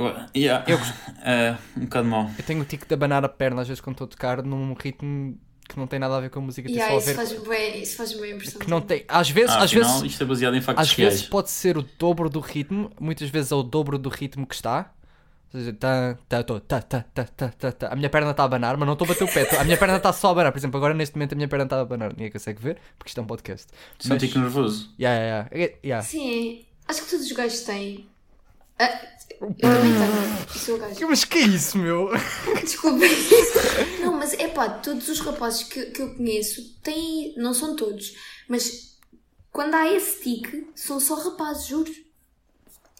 Ué, Yeah. Eu É, um bocado mau. Eu tenho o tique de abanar a perna às vezes quando estou a tocar num ritmo que não tem nada a ver com a música, tem Yeah, só a isso ver faz com- É bem, isso faz bem impressão. que não tem. Às vezes, Ah, às afinal, vezes, isto é baseado em factos às vezes reais. pode ser o dobro do ritmo, muitas vezes é o dobro do ritmo que está. Ou seja, tá, tá, tô, tá, tá, tá, tá, tá, tá. A minha perna está a abanar, mas não estou a bater o pé. tô- A minha perna está só a abanar. Por exemplo, agora neste momento a minha perna está a abanar. Ninguém consegue ver, porque isto é um podcast. Isso é um tico nervoso. Yeah, yeah, yeah. É, yeah. Sim, é. acho que todos os gajos têm. Ah, eu também tenho. Sou gajo. Mas que é isso, meu? Desculpem. Não, mas é pá, todos os rapazes que, que eu conheço têm. Não são todos, mas quando há esse tique, são só rapazes, juro.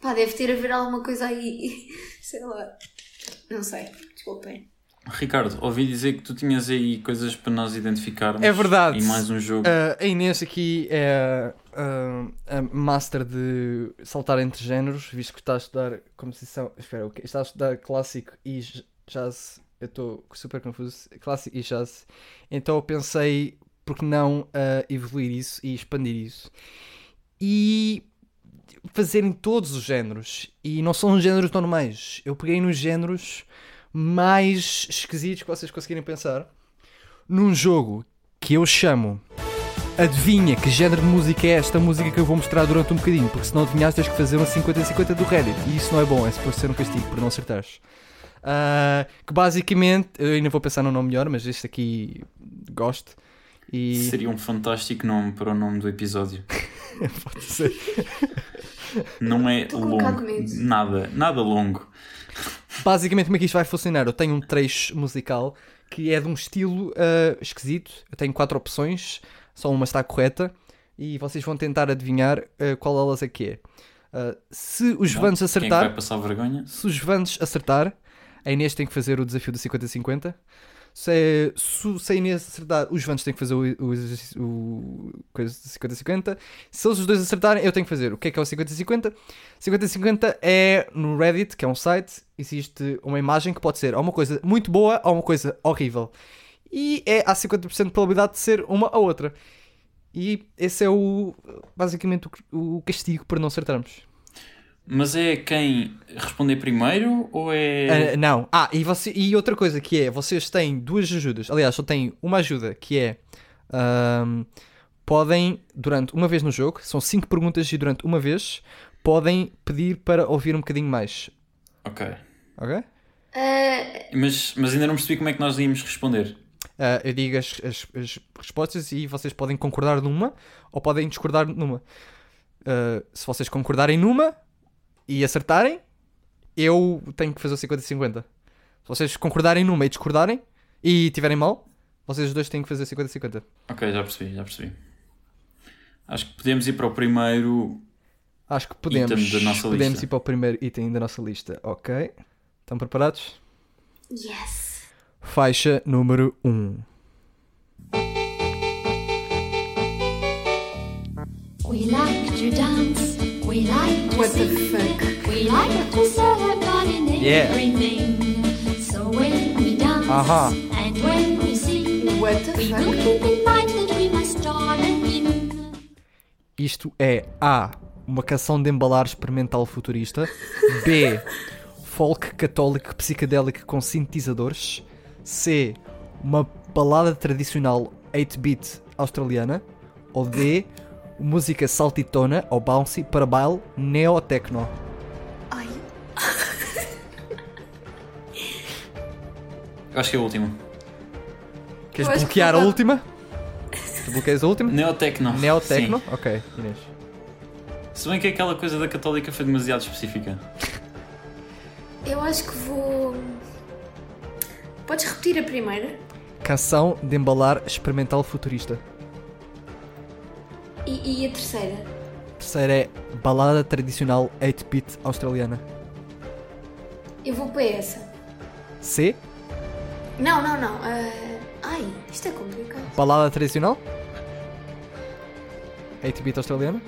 Pá, deve ter a ver alguma coisa aí. Sei lá. Não sei, desculpem. Ricardo, ouvi dizer que tu tinhas aí coisas para nós identificarmos. É verdade. E mais um jogo. Ah, a Inês aqui é ah, a master de saltar entre géneros, visto que está a estudar composição. Espera, o quê? Está a estudar clássico e j- jazz. Eu estou super confuso. Clássico e jazz. Então eu pensei, por que não ah, evoluir isso e expandir isso? E fazerem todos os géneros. E não são géneros normais. Eu peguei nos géneros mais esquisitos que vocês conseguirem pensar. Num jogo que eu chamo Adivinha que género de música é esta música que eu vou mostrar durante um bocadinho, porque se não adivinhas tens que fazer uma 50-50 do Reddit. E isso não é bom, é suposto ser um castigo por não acertares. Ah, que basicamente, eu ainda vou pensar num nome melhor, mas este aqui gosto. E Seria um fantástico nome para o nome do episódio. pode ser. Não é Tô com um bocado longo. de medo. Nada, nada longo. basicamente como é que isto vai funcionar? Eu tenho um trecho musical que é de um estilo ah, esquisito. Eu tenho quatro opções, só uma está correta e vocês vão tentar adivinhar ah, qual delas é que é. Ah, se os vandos Quem é que acertar, vai passar vergonha? se os vandos acertar, a Inês tem que fazer o desafio do 50-50. Se, é, se, se a Inês acertar, os vandos têm que fazer o, o, exercício- o coisa de 50-50. Se eles os dois acertarem, eu tenho que fazer. O que é que é o 50-50? 50-50 é no Reddit, que é um site, existe uma imagem que pode ser ou uma coisa muito boa ou uma coisa horrível. E é, há 50% de probabilidade de ser uma ou outra. E esse é o basicamente o, o castigo para não acertarmos. Mas é quem responder primeiro ou é. Ah, não. Ah, e, você, e outra coisa que é, vocês têm duas ajudas. Aliás, só têm uma ajuda que é. ahm, podem, durante uma vez no jogo, são cinco perguntas e durante uma vez, podem pedir para ouvir um bocadinho mais. Ok. Ok? Ah, Mas, mas ainda não percebi como é que nós íamos responder. Ah, eu digo as, as- as respostas e vocês podem concordar numa ou podem discordar numa. Ah, se vocês concordarem numa e acertarem, eu tenho que fazer o 50-50. Se vocês concordarem numa e discordarem e tiverem mal, vocês os dois têm que fazer 50-50. Ok, já percebi, já percebi. Acho que podemos ir para o primeiro. Acho que podemos, Item da nossa podemos lista. ir para o primeiro item da nossa lista. Ok. Estão preparados? yes. Faixa número 1. We like to dance. We like to What the sing. fuck? We like to celebrate in Yeah. everything. So when we dance Aha. and when we sing, What the we do fuck? keep in mind that we must join and win. Isto é A. Uma canção de embalar experimental futurista. B. Folk católico psicadélico com sintetizadores. C. Uma balada tradicional 8-bit australiana. Ou D. Música saltitona ou bouncy para baile neotecno. Ai, Eu acho que é a última. Queres Eu acho que bloquear a falta- última? Tu bloqueias a última? Neotecno. Neotecno? Sim. Ok, Inês. Se bem que aquela coisa da católica foi demasiado específica. eu acho que vou. Podes repetir a primeira? Canção de embalar experimental futurista. E, e a terceira? Terceira é balada tradicional 8-bit australiana. Eu vou para essa. C. Não, não, não. ah, ai, isto é complicado. Balada tradicional? É tipo 8-bit australiana?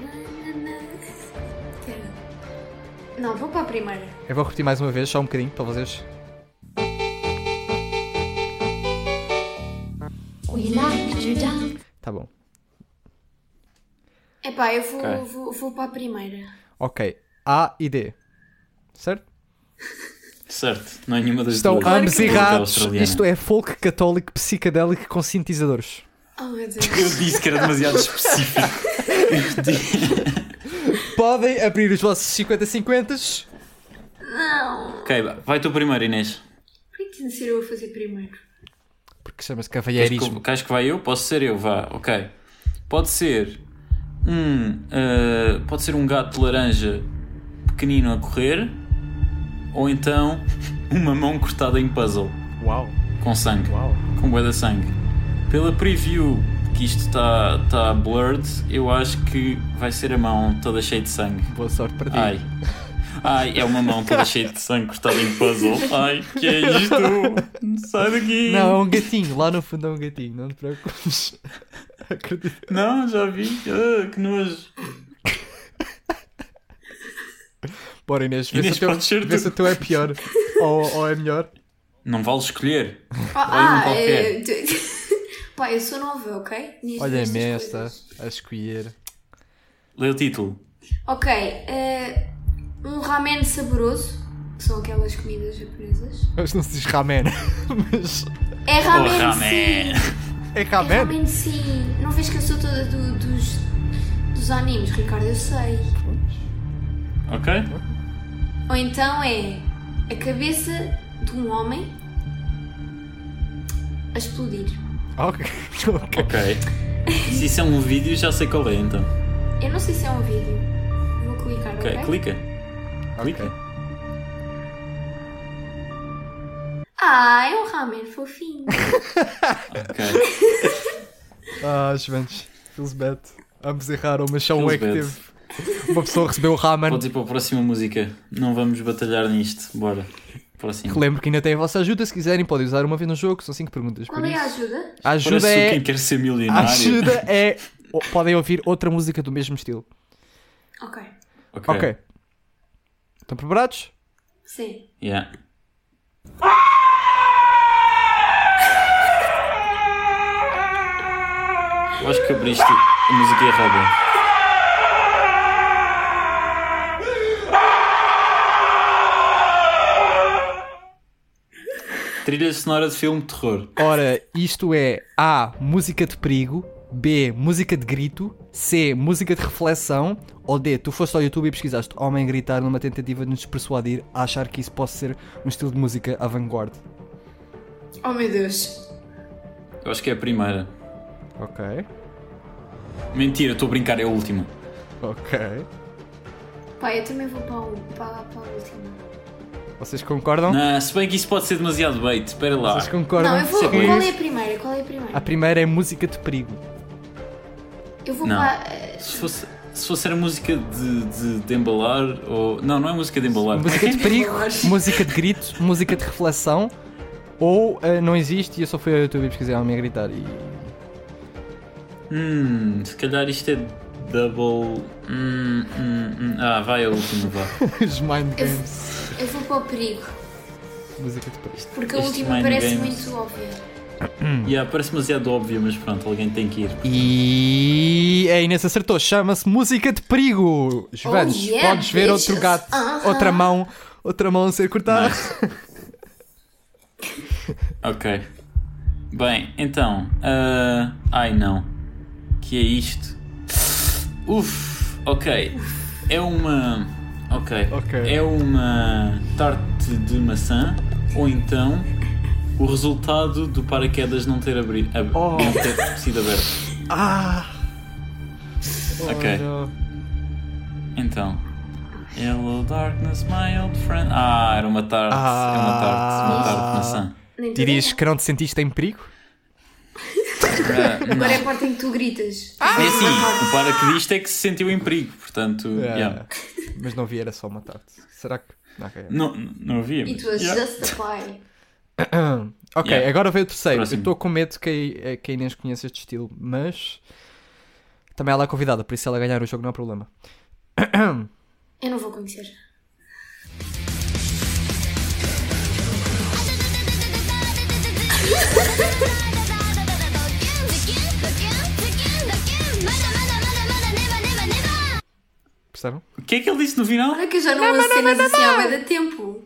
Espera. Não, vou para a primeira. Eu vou repetir mais uma vez, só um bocadinho, para vocês. We like to dance. Tá bom. Epá, eu vou, Ok. vou, vou para a primeira. Ok. A e D. certo? Certo, não é nenhuma das Estão duas. ambos que não. errados. Australiana. Isto é folk católico psicadélico com sintetizadores. Oh meu Deus. Eu disse que era demasiado específico. Eu disse- Podem abrir os vossos 50-50s. Não. ok, vá, vai tu primeiro, Inês. Por que ser eu a fazer primeiro? Porque chama-se Queres cavalheirismo. que, queres que vai eu? Posso ser eu, vá, ok. Pode ser um. ah, pode ser um gato de laranja pequenino a correr, ou então uma mão cortada em puzzle, Uau, com sangue, uau. com bué de sangue. Pela preview que isto está tá blurred, eu acho que vai ser a mão toda cheia de sangue. Boa sorte para ti. Ai. Ai, é uma mão toda cheia de sangue cortada em puzzle. Ai, que é isto? Sai daqui! Não, é um gatinho. Lá no fundo é um gatinho. Não te preocupes. Acredito. Não, já vi. Ah, que nojo. Bora, Inês. Vê, Inês, se, o podes ser teu, vê tu. se o teu é pior ou, ou é melhor. Não vale escolher. Ah, ah um qualquer. é, tu- Pá, eu sou nova, ok? Nestas- Olha-me nestas esta. coisas. A escolher. Lê o título. Ok, eh, um ramen saboroso, que são aquelas comidas japonesas. Mas não se diz ramen. Mas É ramen, Oh, sim! ramen. é É ramen. ramen sim! Não vês que eu sou toda do- dos, dos animes, Ricardo, eu sei. Ok? Ou então é a cabeça de um homem a explodir. Ok. ok. Ok. Se isso é um vídeo, já sei qual é então. Eu não sei se é um vídeo. Vou clicar, ok? Ok, clica. Clica. Ok. Ah, é um ramen fofinho. É Ok. Ah, Juventus. Feels bad. Ambos erraram, mas só um é Feels que bad. teve. Uma pessoa recebeu o ramen. Podes ir para a próxima música. Não vamos batalhar nisto. Bora. Próximo. Lembro que ainda tem a vossa ajuda. Se quiserem, podem usar uma vez no jogo. São 5 perguntas. por Qual é a isso. ajuda? A Parece ajuda o é. quem quer ser A milionário. ajuda é. o- Podem ouvir outra música do mesmo estilo. Ok, Ok. Ok. Estão preparados? sim. Yeah. Eu acho que abriste a música errada. Trilha sonora de filme de terror. Ora, isto é A. Música de perigo. B. Música de grito. C. Música de reflexão. Ou D. Tu foste ao YouTube e pesquisaste homem gritar numa tentativa de nos persuadir a achar que isso possa ser um estilo de música avant-garde. Oh meu Deus. Eu acho que é a primeira. Ok. Mentira, estou a brincar, é a última. Ok. Pá, eu também vou para, o, para, para a última. Vocês concordam? Não, se bem que isso pode ser demasiado bait, espera lá. Vocês concordam? não, eu vou. com Qual é isso? a primeira? Qual é a primeira? A primeira é música de perigo. Eu vou Não. para. eh, Se fosse, se fosse era música de, de, de embalar ou. Não, não é música de embalar. Música de perigo, Lógico. música de grito, música de reflexão. Ou ah, não existe e eu só fui ao YouTube e pesquisei homem a gritar. E... Hum, se calhar isto é double. Hum, hum, hum. Ah, vai a última, vá. Os mind games. eu vou para o perigo. música de perigo. Porque a Este última Mind parece Games. muito óbvia. Yeah, parece demasiado óbvio, mas pronto, alguém tem que ir. E a Inês acertou, chama-se música de perigo. Giovanni, Oh, yeah, podes ver outro bitches. gato, Aham. outra mão, outra mão a ser cortada. Ok. Bem, então. ah, ai não. Que é isto? Uf, ok. É uma. Ok. Ok. É uma tarte de maçã ou então o resultado do paraquedas não ter abrido. ab- Oh. Não ter sido aberto. Ah! Ok. Oh, não. Então. Hello darkness, my old friend. Ah, era uma tarte. É uma tarte. Uma Ah. tarte de maçã. Nem te Dirias digo. que não te sentiste em perigo? Ah, não. Agora é a parte em que tu gritas. É assim, o paraquedista é que se sentiu em perigo, portanto. Ah, yeah. Mas não vi, era só uma tarde. Será que. Ah, Ok. Não, não havia. E mas- tu as Yeah. just apply. Ah, Ok, Yeah. agora veio o terceiro. Próximo. Eu estou com medo que a, é que a Inês conheça este estilo, mas também ela é convidada, por isso se ela ganhar o jogo não há problema. Eu não vou conhecer. Gostaram? O que é que ele disse no final? Olha que eu já não ouço cenas assim há bué de tempo.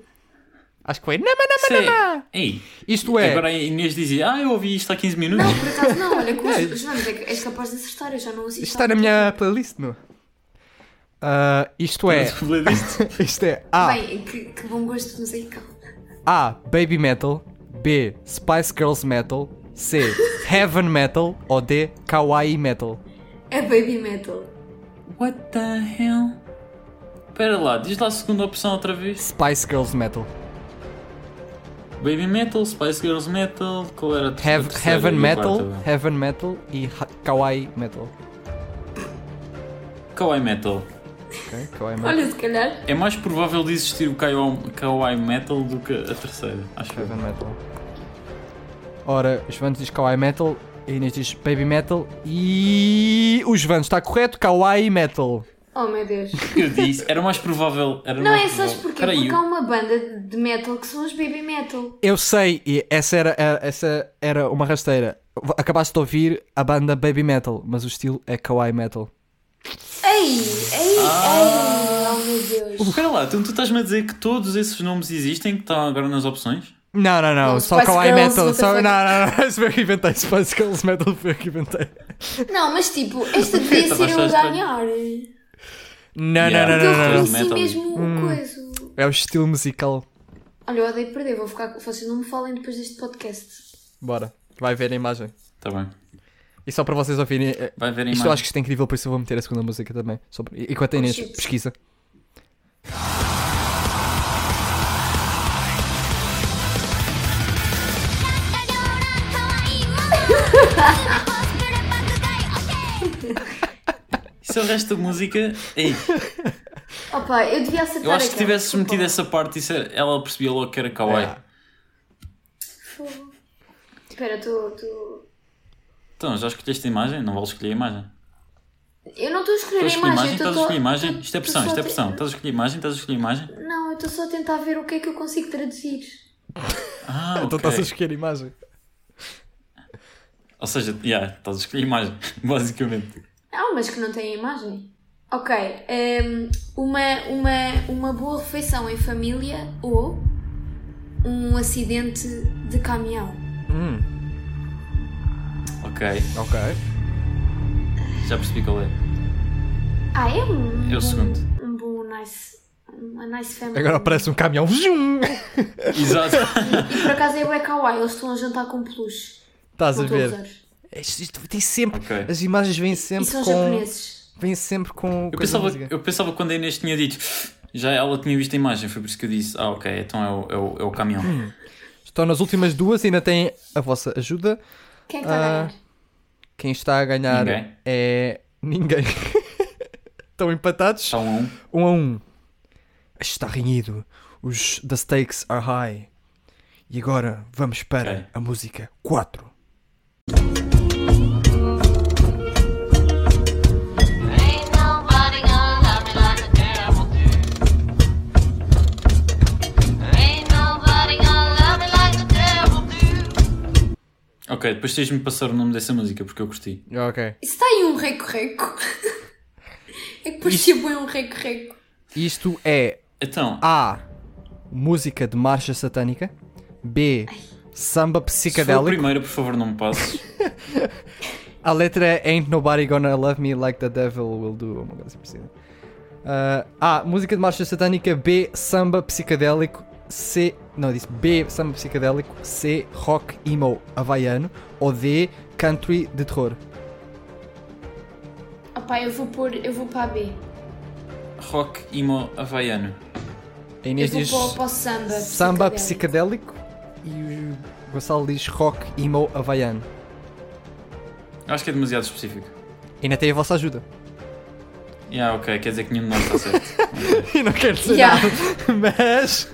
Acho que foi. Não, mas não, mas Sei. não, não. é- Ei, Isto é. agora a Inês dizia, ah, eu ouvi isto há 15 minutos. Não, por acaso não, olha, como os Jonas, é que és capaz de acertar, eu já não ouço Isto está na minha playlist, meu. Ah, isto é. Playlist. Isto é Ah. A. Bem, que, que bom gosto de musical. A. Baby Metal. B. Spice Girls Metal. C. Heaven Metal. Ou D. Kawaii Metal. É baby metal. What the hell? Espera lá, diz lá a segunda opção outra vez. Spice Girls Metal. Baby Metal, Spice Girls Metal, qual era a ter- Hev- a terceira heaven e a Metal. é quarta? Heaven Metal e ha- Kawaii Metal. Kawaii Metal. Ok? Kawaii Metal. Olha, se calhar. É mais provável de existir o Kawaii, Kawaii Metal do que a terceira, acho eu. Heaven Metal. Ora, os Vans diz Kawaii Metal. A Inês diz Baby Metal. E. Os Vans está correto? Kawaii Metal. Oh meu Deus. que eu disse, era mais provável. Era Não, mais é sabes provável. porquê? Peraí, Porque há uma banda de metal que são os baby metal. Eu sei, e essa era, era- essa era uma rasteira. Acabaste de ouvir a banda Baby Metal, mas o estilo é Kawaii Metal. Ei, ei, Ah. ei. Oh meu Deus. Espera lá, então tu estás-me a dizer que todos esses nomes existem que estão agora nas opções? Não, não, não, Não, é só Spice Kawaii Girls, Metal. what the Só, não, fuck? não, não, isso foi eu que inventei. Spice Girls Metal foi eu que inventei. Não, mas tipo, esta devia Estava ser Então, só a eu a estranho. ganhar. Não, Yeah. não, Porque eu não, não, não. Girls reconheci metal. Hum. mesmo o coisa. É o estilo musical. Olha, eu odeio perder, vou ficar. Vocês não me falem depois deste podcast. Bora, vai ver a imagem. Tá bem. E só para vocês ouvirem, eh, Vai ver a isto eu acho imagem. que isto é incrível, por isso eu vou meter a segunda música também. Só para- Enquanto a Inês Oh, shit. pesquisa. Isso é o resto da música. Ei, Opa, eu devia acertar. eu acho que aquela, tivesses desculpa. metido essa parte, isso era- ela percebia logo que era Kawaii. É. Fogo. Espera, estou. estou- Então, já escolheste a imagem? Não vale escolher a imagem. Eu não estou a escolher Estás a a escolher a imagem? imagem. eu Estás a tô- escolher a imagem? tô- Isto é tô pressão, só isto é a te- pressão. Estás a escolher a imagem? Estás a escolher a Então imagem? Não, eu estou só a tentar ver o que é que eu consigo traduzir. Ah, Então ok. estás a escolher a imagem. Ou seja, yeah, estás a escolher a imagem, basicamente. Há umas Ah, que não têm imagem. Ok. ehm, uma, uma, uma boa refeição em família ou um acidente de caminhão. Hum, Ok, ok. já percebi qual é. Ah, é um. É o bom- segundo. Um bom nice. Uma nice family. Agora parece um caminhão. Zum! Exato. E por acaso é o kawaii, eles estão a jantar com peluche. Estás a Não estou a ver? usar. Isto, isto tem sempre. Ok. As imagens vêm E sempre são com. japoneses. Vêm sempre com. Eu coisa pensava, de música. eu pensava quando a Inês tinha dito, já ela tinha visto a imagem, foi por isso que eu disse, ah ok, então é o, é o, é o caminhão. Estão nas últimas duas e ainda têm a vossa ajuda. Quem é que está a Ah. ganhar? Quem está a ganhar Ninguém. é. Ninguém. Estão empatados. Está um a um. Um a um. Isto Está renhido. Os The Stakes Are High. E agora vamos para Ok. a música 4. Ain't nobody gonna love me like a devil do. Ain't nobody gonna love me like a devil do. Ok, depois tens-me passar o nome dessa música, porque eu gostei. Ok. Isso está aí um reco-reco. é que parecia bem um reco-reco. Isto é Então, A. Música de marcha satânica. B. se for Samba a psicadélico. primeira, por favor, não me passes. A letra é Ain't Nobody Gonna Love Me Like the Devil Will Do, uma coisa assim parecida. Ah, A. Música de marcha satânica. B. Samba psicadélico. C. Não, eu disse B. Samba psicadélico. C. Rock emo havaiano. Ou D. Country de terror. Opá, eu vou pôr. Eu vou para a B. Rock emo havaiano. A Eu Inês vou diz para, o- para o samba. samba psicadélico. psicadélico. E o Gonçalo diz rock emo havaiano. Acho que é demasiado específico. Ainda tem a vossa ajuda. Yeah, ok, quer dizer que nenhum de nós está certo. E não quero dizer Yeah. nada. Mas.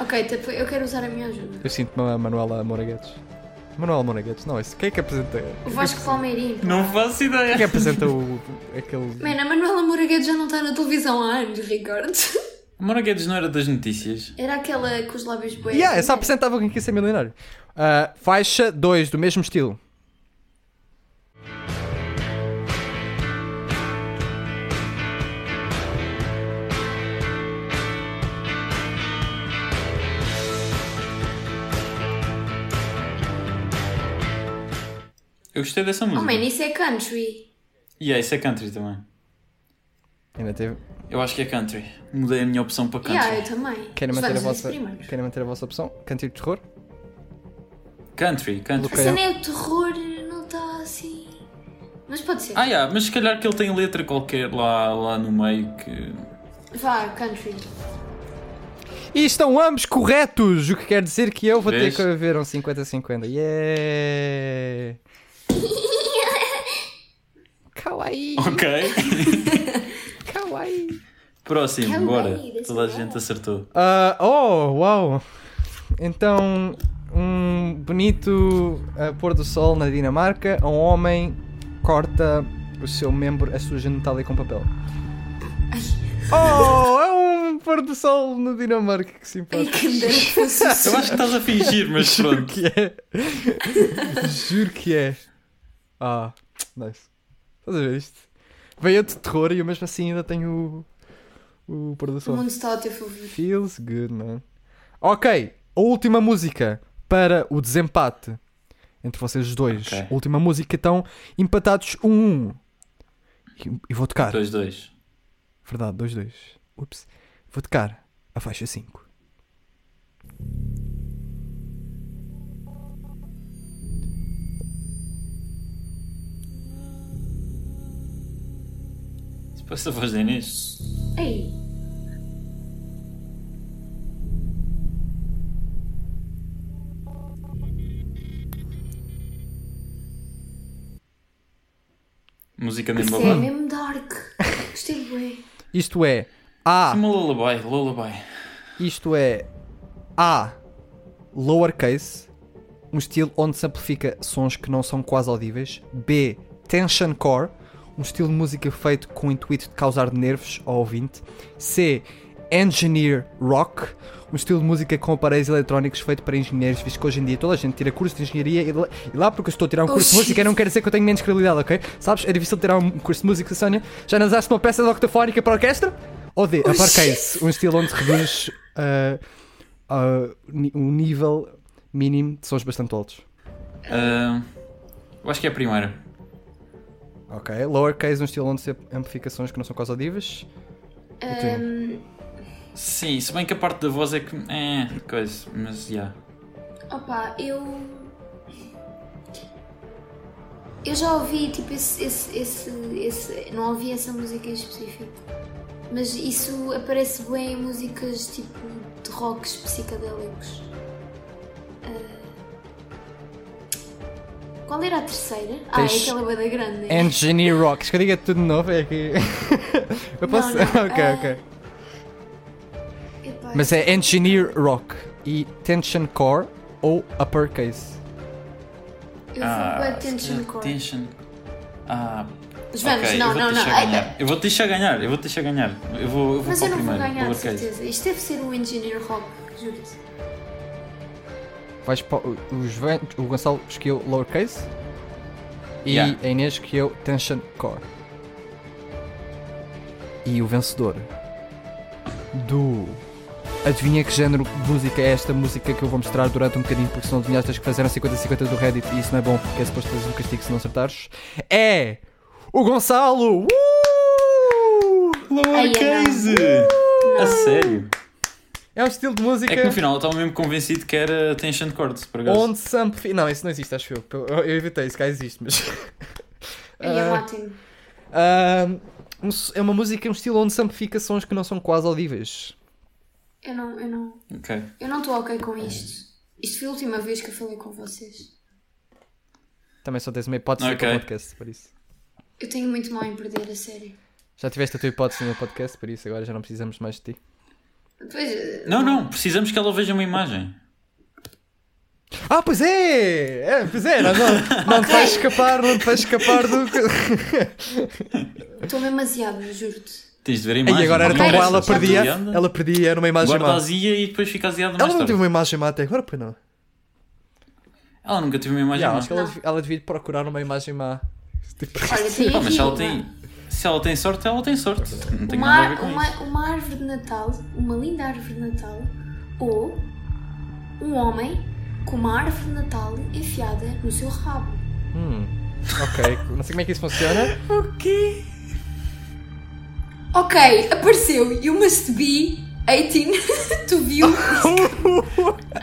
Ok, tipo, eu quero usar a minha ajuda. Eu sinto-me a Manuela Moraguetes. Manuela Moraguetes, não, isso. Quem é que apresenta? O Vasco Palmeirim. não faço ideia. Quem é que apresenta o. aquele. Mano, a Manuela Moraguete já não está na televisão há anos, Ricardo. A Mora Guedes não era das notícias. Era aquela com os lábios boiados. Yeah, é essa apresentava quem quer ser milionário. Ah, faixa 2, do mesmo estilo. Ain't Eu gostei dessa Oh música. man, isso é country. yeah, isso é country também. Ainda teve. Eu acho que é country. Mudei a minha opção para country. Yeah, eu também. Querem Mas manter, a vamos vossa... ver isso primeiro. Querem manter a vossa opção? Cantinho de terror? Country, country. A Ok. cena é o terror, não está assim. Mas pode ser. Ah, yeah, mas se calhar que ele tem letra qualquer lá, lá no meio que. Vá, country. E estão ambos corretos, o que quer dizer que eu vou Vês? ter que ver um 50-50. Yeah! kawaii, Ok. kawaii. Próximo, Kawaii, bora. deixa Toda a eu ver. gente acertou. Ah, oh, uau! Então, um bonito ah, pôr do sol na Dinamarca, um homem corta o seu membro, a sua genitália com papel. Oh, é um pôr do sol na Dinamarca, que Ai, simpático. que dança. Eu acho que estás a fingir, mas Juro pronto. que é. Juro que é. Ah, nice. Estás a ver isto? Veio de terror e eu mesmo assim ainda tenho o, o pôr do O sol. mundo está ao teu favor. Feels good, man. Ok, a última música para o desempate entre vocês dois. Ok. Última música, então, empatados 1-1. Um, E- E vou tocar. Dois, dois. Verdade, 2-2. Ups. Vou tocar a faixa 5. Se passa a voz da Inês. Ei, Música de isso é embalado. mesmo dark. Gostei bem. Isto é A. Uma lullaby, lullaby. Isto é A lowercase, um estilo onde se amplifica sons que não são quase audíveis. B tension core, um estilo de música feito com o intuito de causar nervos ao ouvinte. C engineer rock, um estilo de música com aparelhos eletrónicos feito para engenheiros, visto que hoje em dia toda a gente tira curso de engenharia e lá- e lá porque eu estou a tirar um Oh, curso de música shit. não quer dizer que eu tenho menos credibilidade, ok? Sabes? É difícil tirar um curso de música, Sónia. Já lançaste uma peça de octafónica para orquestra? Ou D, Oh, a parqueise, um estilo onde reduz ah, ah, ni- um nível mínimo de sons bastante altos. Ah, eu acho que é a primeira. Ok, lowercase, um estilo onde se amplifica sons que não são quase audíveis. E tu? Sim, se bem que a parte da voz é que. É, coisa, mas já. Opa, eu. Eu já ouvi, tipo, esse, esse, esse, esse- Não ouvi essa música em específico. Mas isso aparece bem em músicas, tipo, de rocks psicadélicos. Ah, Qual era a terceira? Ah, é Tens- aquela banda grande. né? Engineer rock, queres que eu diga tudo de novo? É que. eu posso. Não, não, ok, ah. ok. Epá, Mas é engineer rock e tension core ou uppercase. Eu fui bem é tension core. Ah, Tension. Ah, Mas vamos, ok, não, eu vou não, te não. deixar Ai, tá. ganhar. Eu vou te deixar ganhar, eu vou te deixar ganhar. Eu vou, eu vou Mas para eu o não vou primeiro. ganhar, de lowercase. certeza. Isto deve ser o Engineer Rock, juro-te. Vais para os ven- o Gonçalo escolheu lowercase e Yeah. a Inês escolheu tension core. E o vencedor do Adivinha que género de música é esta música que eu vou mostrar durante um bocadinho porque são adivinhas que fizeram 50-50 do Reddit e isso não é bom porque é suposto teres um castigo se não acertares é o Gonçalo! Uh! Lowercase! A sério? É um estilo de música É que no final eu estava mesmo convencido que era Tension Chords, por acaso. onde se amplifica... Não, isso não existe, acho eu. Eu eu evitei, isso cá existe, mas... Ah, Aí é ótimo. Ahm, um s- é uma música, um estilo onde se amplifica sons que não são quase audíveis. Eu não, eu não, Ok. eu não estou ok com isto. Isto foi a última vez que eu falei com vocês. Também só tens uma hipótese Ok. para o podcast, por isso. Eu tenho muito mal em perder, a sério. Já tiveste a tua hipótese no podcast, por isso agora já não precisamos mais de ti. Depois, eh, Não, não, precisamos que ela veja uma imagem. Ah, pois é! é pois é, não, não, não te vais escapar, não te vais escapar do. estou mesmo aziado, juro-te. Tens de ver a imagem. E agora era não tão bom, Ok. interessa, ela já estou perdia, aziada. ela perdia, era uma imagem má. Guarda-azia e depois fica aziada Ela mais não tarde. teve uma imagem má até agora, pois não? Ela nunca teve uma imagem Já, má. acho que ela, ela devia procurar uma imagem má. Tipo, Olha, tem Ah, aqui mas se ela uma- tem. Se ela tem sorte, ela tem sorte. Não tem uma, nada a ver ar- com isso. uma, uma árvore de Natal, uma linda árvore de Natal, ou um homem com uma árvore de Natal enfiada no seu rabo. hum, Ok, não sei como é que isso funciona. Ok. Ok, apareceu You Must Be 18. tu viu?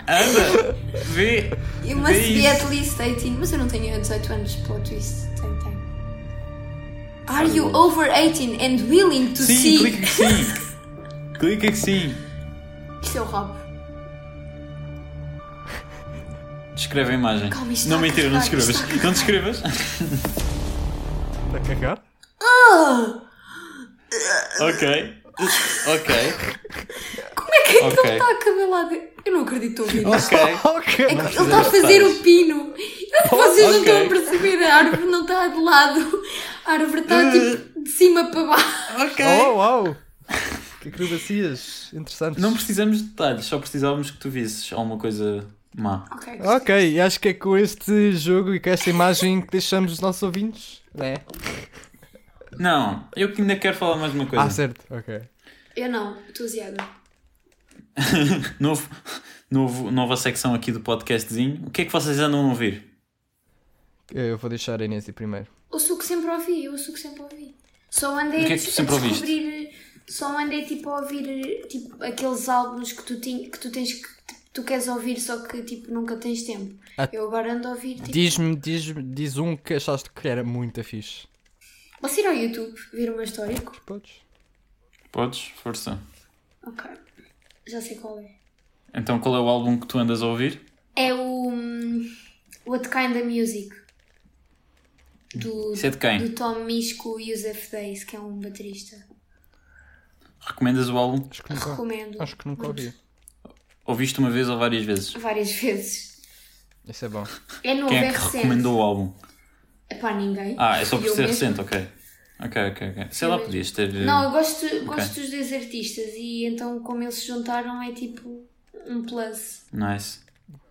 Anda, vê. You Must Vê Be É isso. at least 18. Mas eu não tenho 18 anos, plot twist. Tenho, tenho. Are you over 18 and willing to Sim, see? clica que sim. clica que sim. Isto é o Rob. Descreve a imagem. Calma, isto não está a mentira, não carregar, isto descrevas. está a Não descrevas. Está Tá a cagar? Ah, ok. Ok. como é que é que Ok. ele está a cabelar? de- Eu não acredito ouvir. Ok. Ok. É que ele está a fazer o pino. Vocês não estão a perceber, a árvore não está de lado. A árvore está tipo de cima para baixo. Ok. Oh, uau! Que acrobacias interessantes. Não precisamos de detalhes, só precisávamos que tu visses alguma coisa má. Ok. Ok, e acho que é com este jogo e com esta imagem que deixamos os nossos ouvintes, É. né? Não, eu que ainda quero falar mais uma coisa. Ah, certo. Ok. Eu não, entusiasmo. Novo, novo, nova secção aqui do podcastzinho. O que é que vocês andam a ouvir? Eu vou deixar a Inês ir primeiro. Ouço o que sempre ouvi, eu ouço o que sempre ouvi. Só andei O que é a, que tu des- a sempre ouviste? descobrir. Só andei tipo a ouvir tipo, aqueles álbuns que tu, tin- que tu tens que. Tu queres ouvir, só que tipo nunca tens tempo. Ah. Eu agora ando a ouvir. Tipo, Diz-me, diz, diz um que achaste que era muito fixe. Posso ir ao YouTube ver o meu histórico? Podes? Podes? Força. Ok. Já sei qual é. Então qual é o álbum que tu andas a ouvir? É o hum, What Kind of Music do, Isso é de quem? do Tom Mischko e Yusef Days, que é um baterista. Recomendas o álbum? Acho que nunca, Recomendo. acho que nunca ouvi. Ouviste uma vez ou várias vezes? Várias vezes. Isso é bom. É novo, Quem é é que recente. recomendou o álbum? Epá, ninguém. Ah, é só por Eu ser mesmo. recente, ok. Ok, ok, ok. Sei lá, podias ter. eh, Não, eu gosto, gosto dos dois artistas e então como eles se juntaram é tipo um plus. Nice.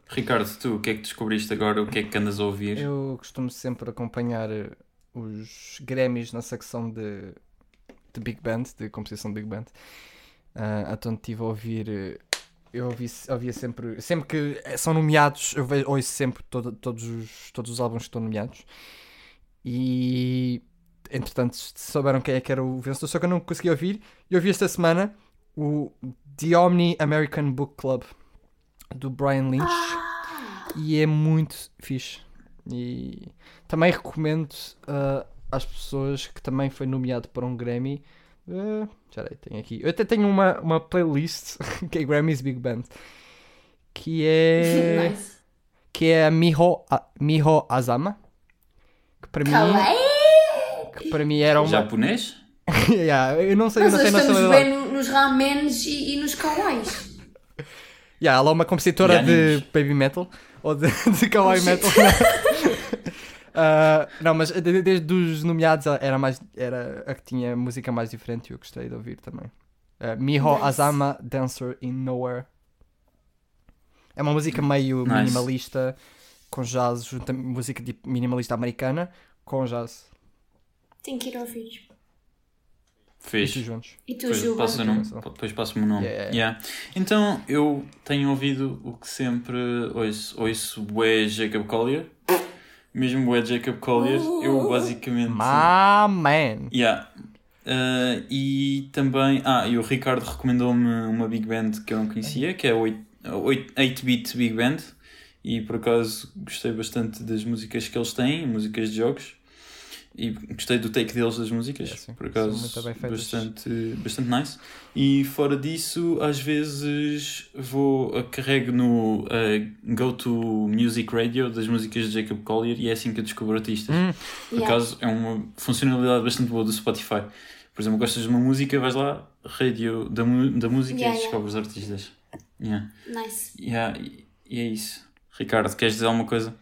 Ricardo, tu, o que é que descobriste agora? O que é que andas a ouvir? Eu costumo sempre acompanhar eh, os Grammys na secção de, de Big Band, de composição de Big Band. Ah, então estive a ouvir. eh, Eu ouvi, ouvia sempre. Sempre que eh, são nomeados, eu vejo, ouço sempre todo- todos, os, todos os álbuns que estão nomeados. E. Entretanto, souberam quem é que era o vencedor, só que eu não consegui ouvir. E ouvi esta semana o The Omni American Book Club do Brian Lynch Ah! e é muito fixe. E também recomendo ah, às pessoas que também foi nomeado para um Grammy. Ah, espera aí, tenho aqui. Eu até tenho uma, uma playlist que é Grammys Big Band que é nice. que é a Miho, a- Miho Azama que para é? mim que para mim era é uma Japonês? Yeah, eu não sei eu Nós não sei estamos nacionalidade bem no- nos ramens e, e nos kawais. Yeah, ela é uma compositora E de animes. baby metal ou de, de kawaii metal. Ah, não, mas de- de- desde os nomeados ela era, mais, era a que tinha música mais diferente e eu gostei de ouvir também. Ah, Miho Nice. Azama Dancer in Nowhere. É uma música meio Nice. minimalista, com jazz, junta música tipo minimalista americana com jazz. Tenho que ir ouvir. E tu Fez. juntos. E tu, Depois Juba? passo o nome. Começou. Depois passo o meu nome. Yeah. Yeah. Então, eu tenho ouvido o que sempre ouço. Ouço bué Jacob Collier. Mesmo bué Jacob Collier, eu basicamente... My man! Yeah. Ah, e também, ah, e o Ricardo recomendou-me uma Big Band que eu não conhecia, que é a oito- a oito- 8-bit Big Band, e por acaso gostei bastante das músicas que eles têm, músicas de jogos, e gostei do take deles das músicas, É, sim, por são muito acaso bem feitas. bastante, bastante nice. E fora disso, às vezes vou, eh, carrego no ah, Go to Music Radio das músicas de Jacob Collier, e é assim que eu descubro artistas. Hum. Por acaso é uma funcionalidade bastante boa do Spotify. Por exemplo, gostas de uma música, vais lá, rádio da, mu- da música Yeah, e yeah. descobres artistas. Yeah. Nice. Yeah, e, e é isso. Ricardo, queres dizer alguma coisa?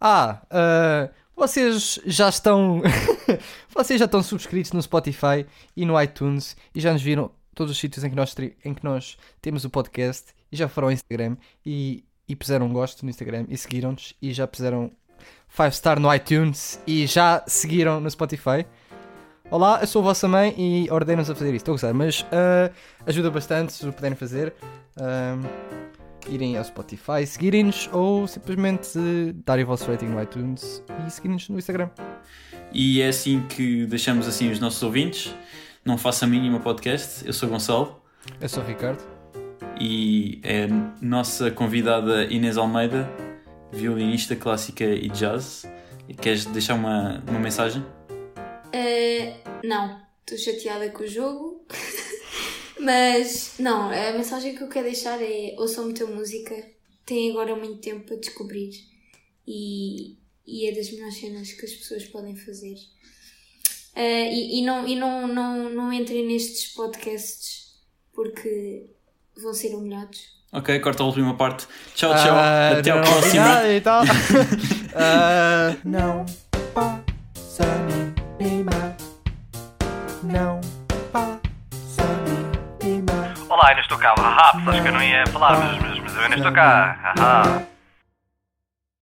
Ah, ah, vocês já estão. vocês já estão subscritos no Spotify e no iTunes e já nos viram todos os sítios em que nós, tri- em que nós temos o podcast e já foram ao Instagram e, e puseram um gosto no Instagram e seguiram-nos e já puseram 5 star no iTunes e já seguiram no Spotify. Olá, eu sou a vossa mãe e ordeno-nos a fazer isto. Estou a gozar, mas ah, ajuda bastante se o puderem fazer. Ah, irem ao Spotify, seguirem-nos ou simplesmente eh, darem o vosso rating no iTunes e seguirem-nos no Instagram. E é assim que deixamos assim os nossos ouvintes. Não faça a mínima podcast. Eu sou Gonçalo Eu sou o Ricardo. e é nossa convidada Inês Almeida, violinista clássica e jazz. E Queres deixar uma, uma mensagem? Eh, não, estou chateada com o jogo. Mas, não, a mensagem que eu quero deixar é ouçam muita música. Tem agora muito tempo para descobrir. E, e é das melhores cenas que as pessoas podem fazer. Eh, e, e não, e não, não, não entrem nestes podcasts porque vão ser humilhados. Ok, corta a última parte. Tchau, tchau. Ah, Até ao não, próximo. ah, e tal. Ah, não passa mínima. Não passa mínima. Olá, Inês, estou cá. Haha, pessoas que eu não ia falar, mas, mas, mas eu ainda estou cá. Haha.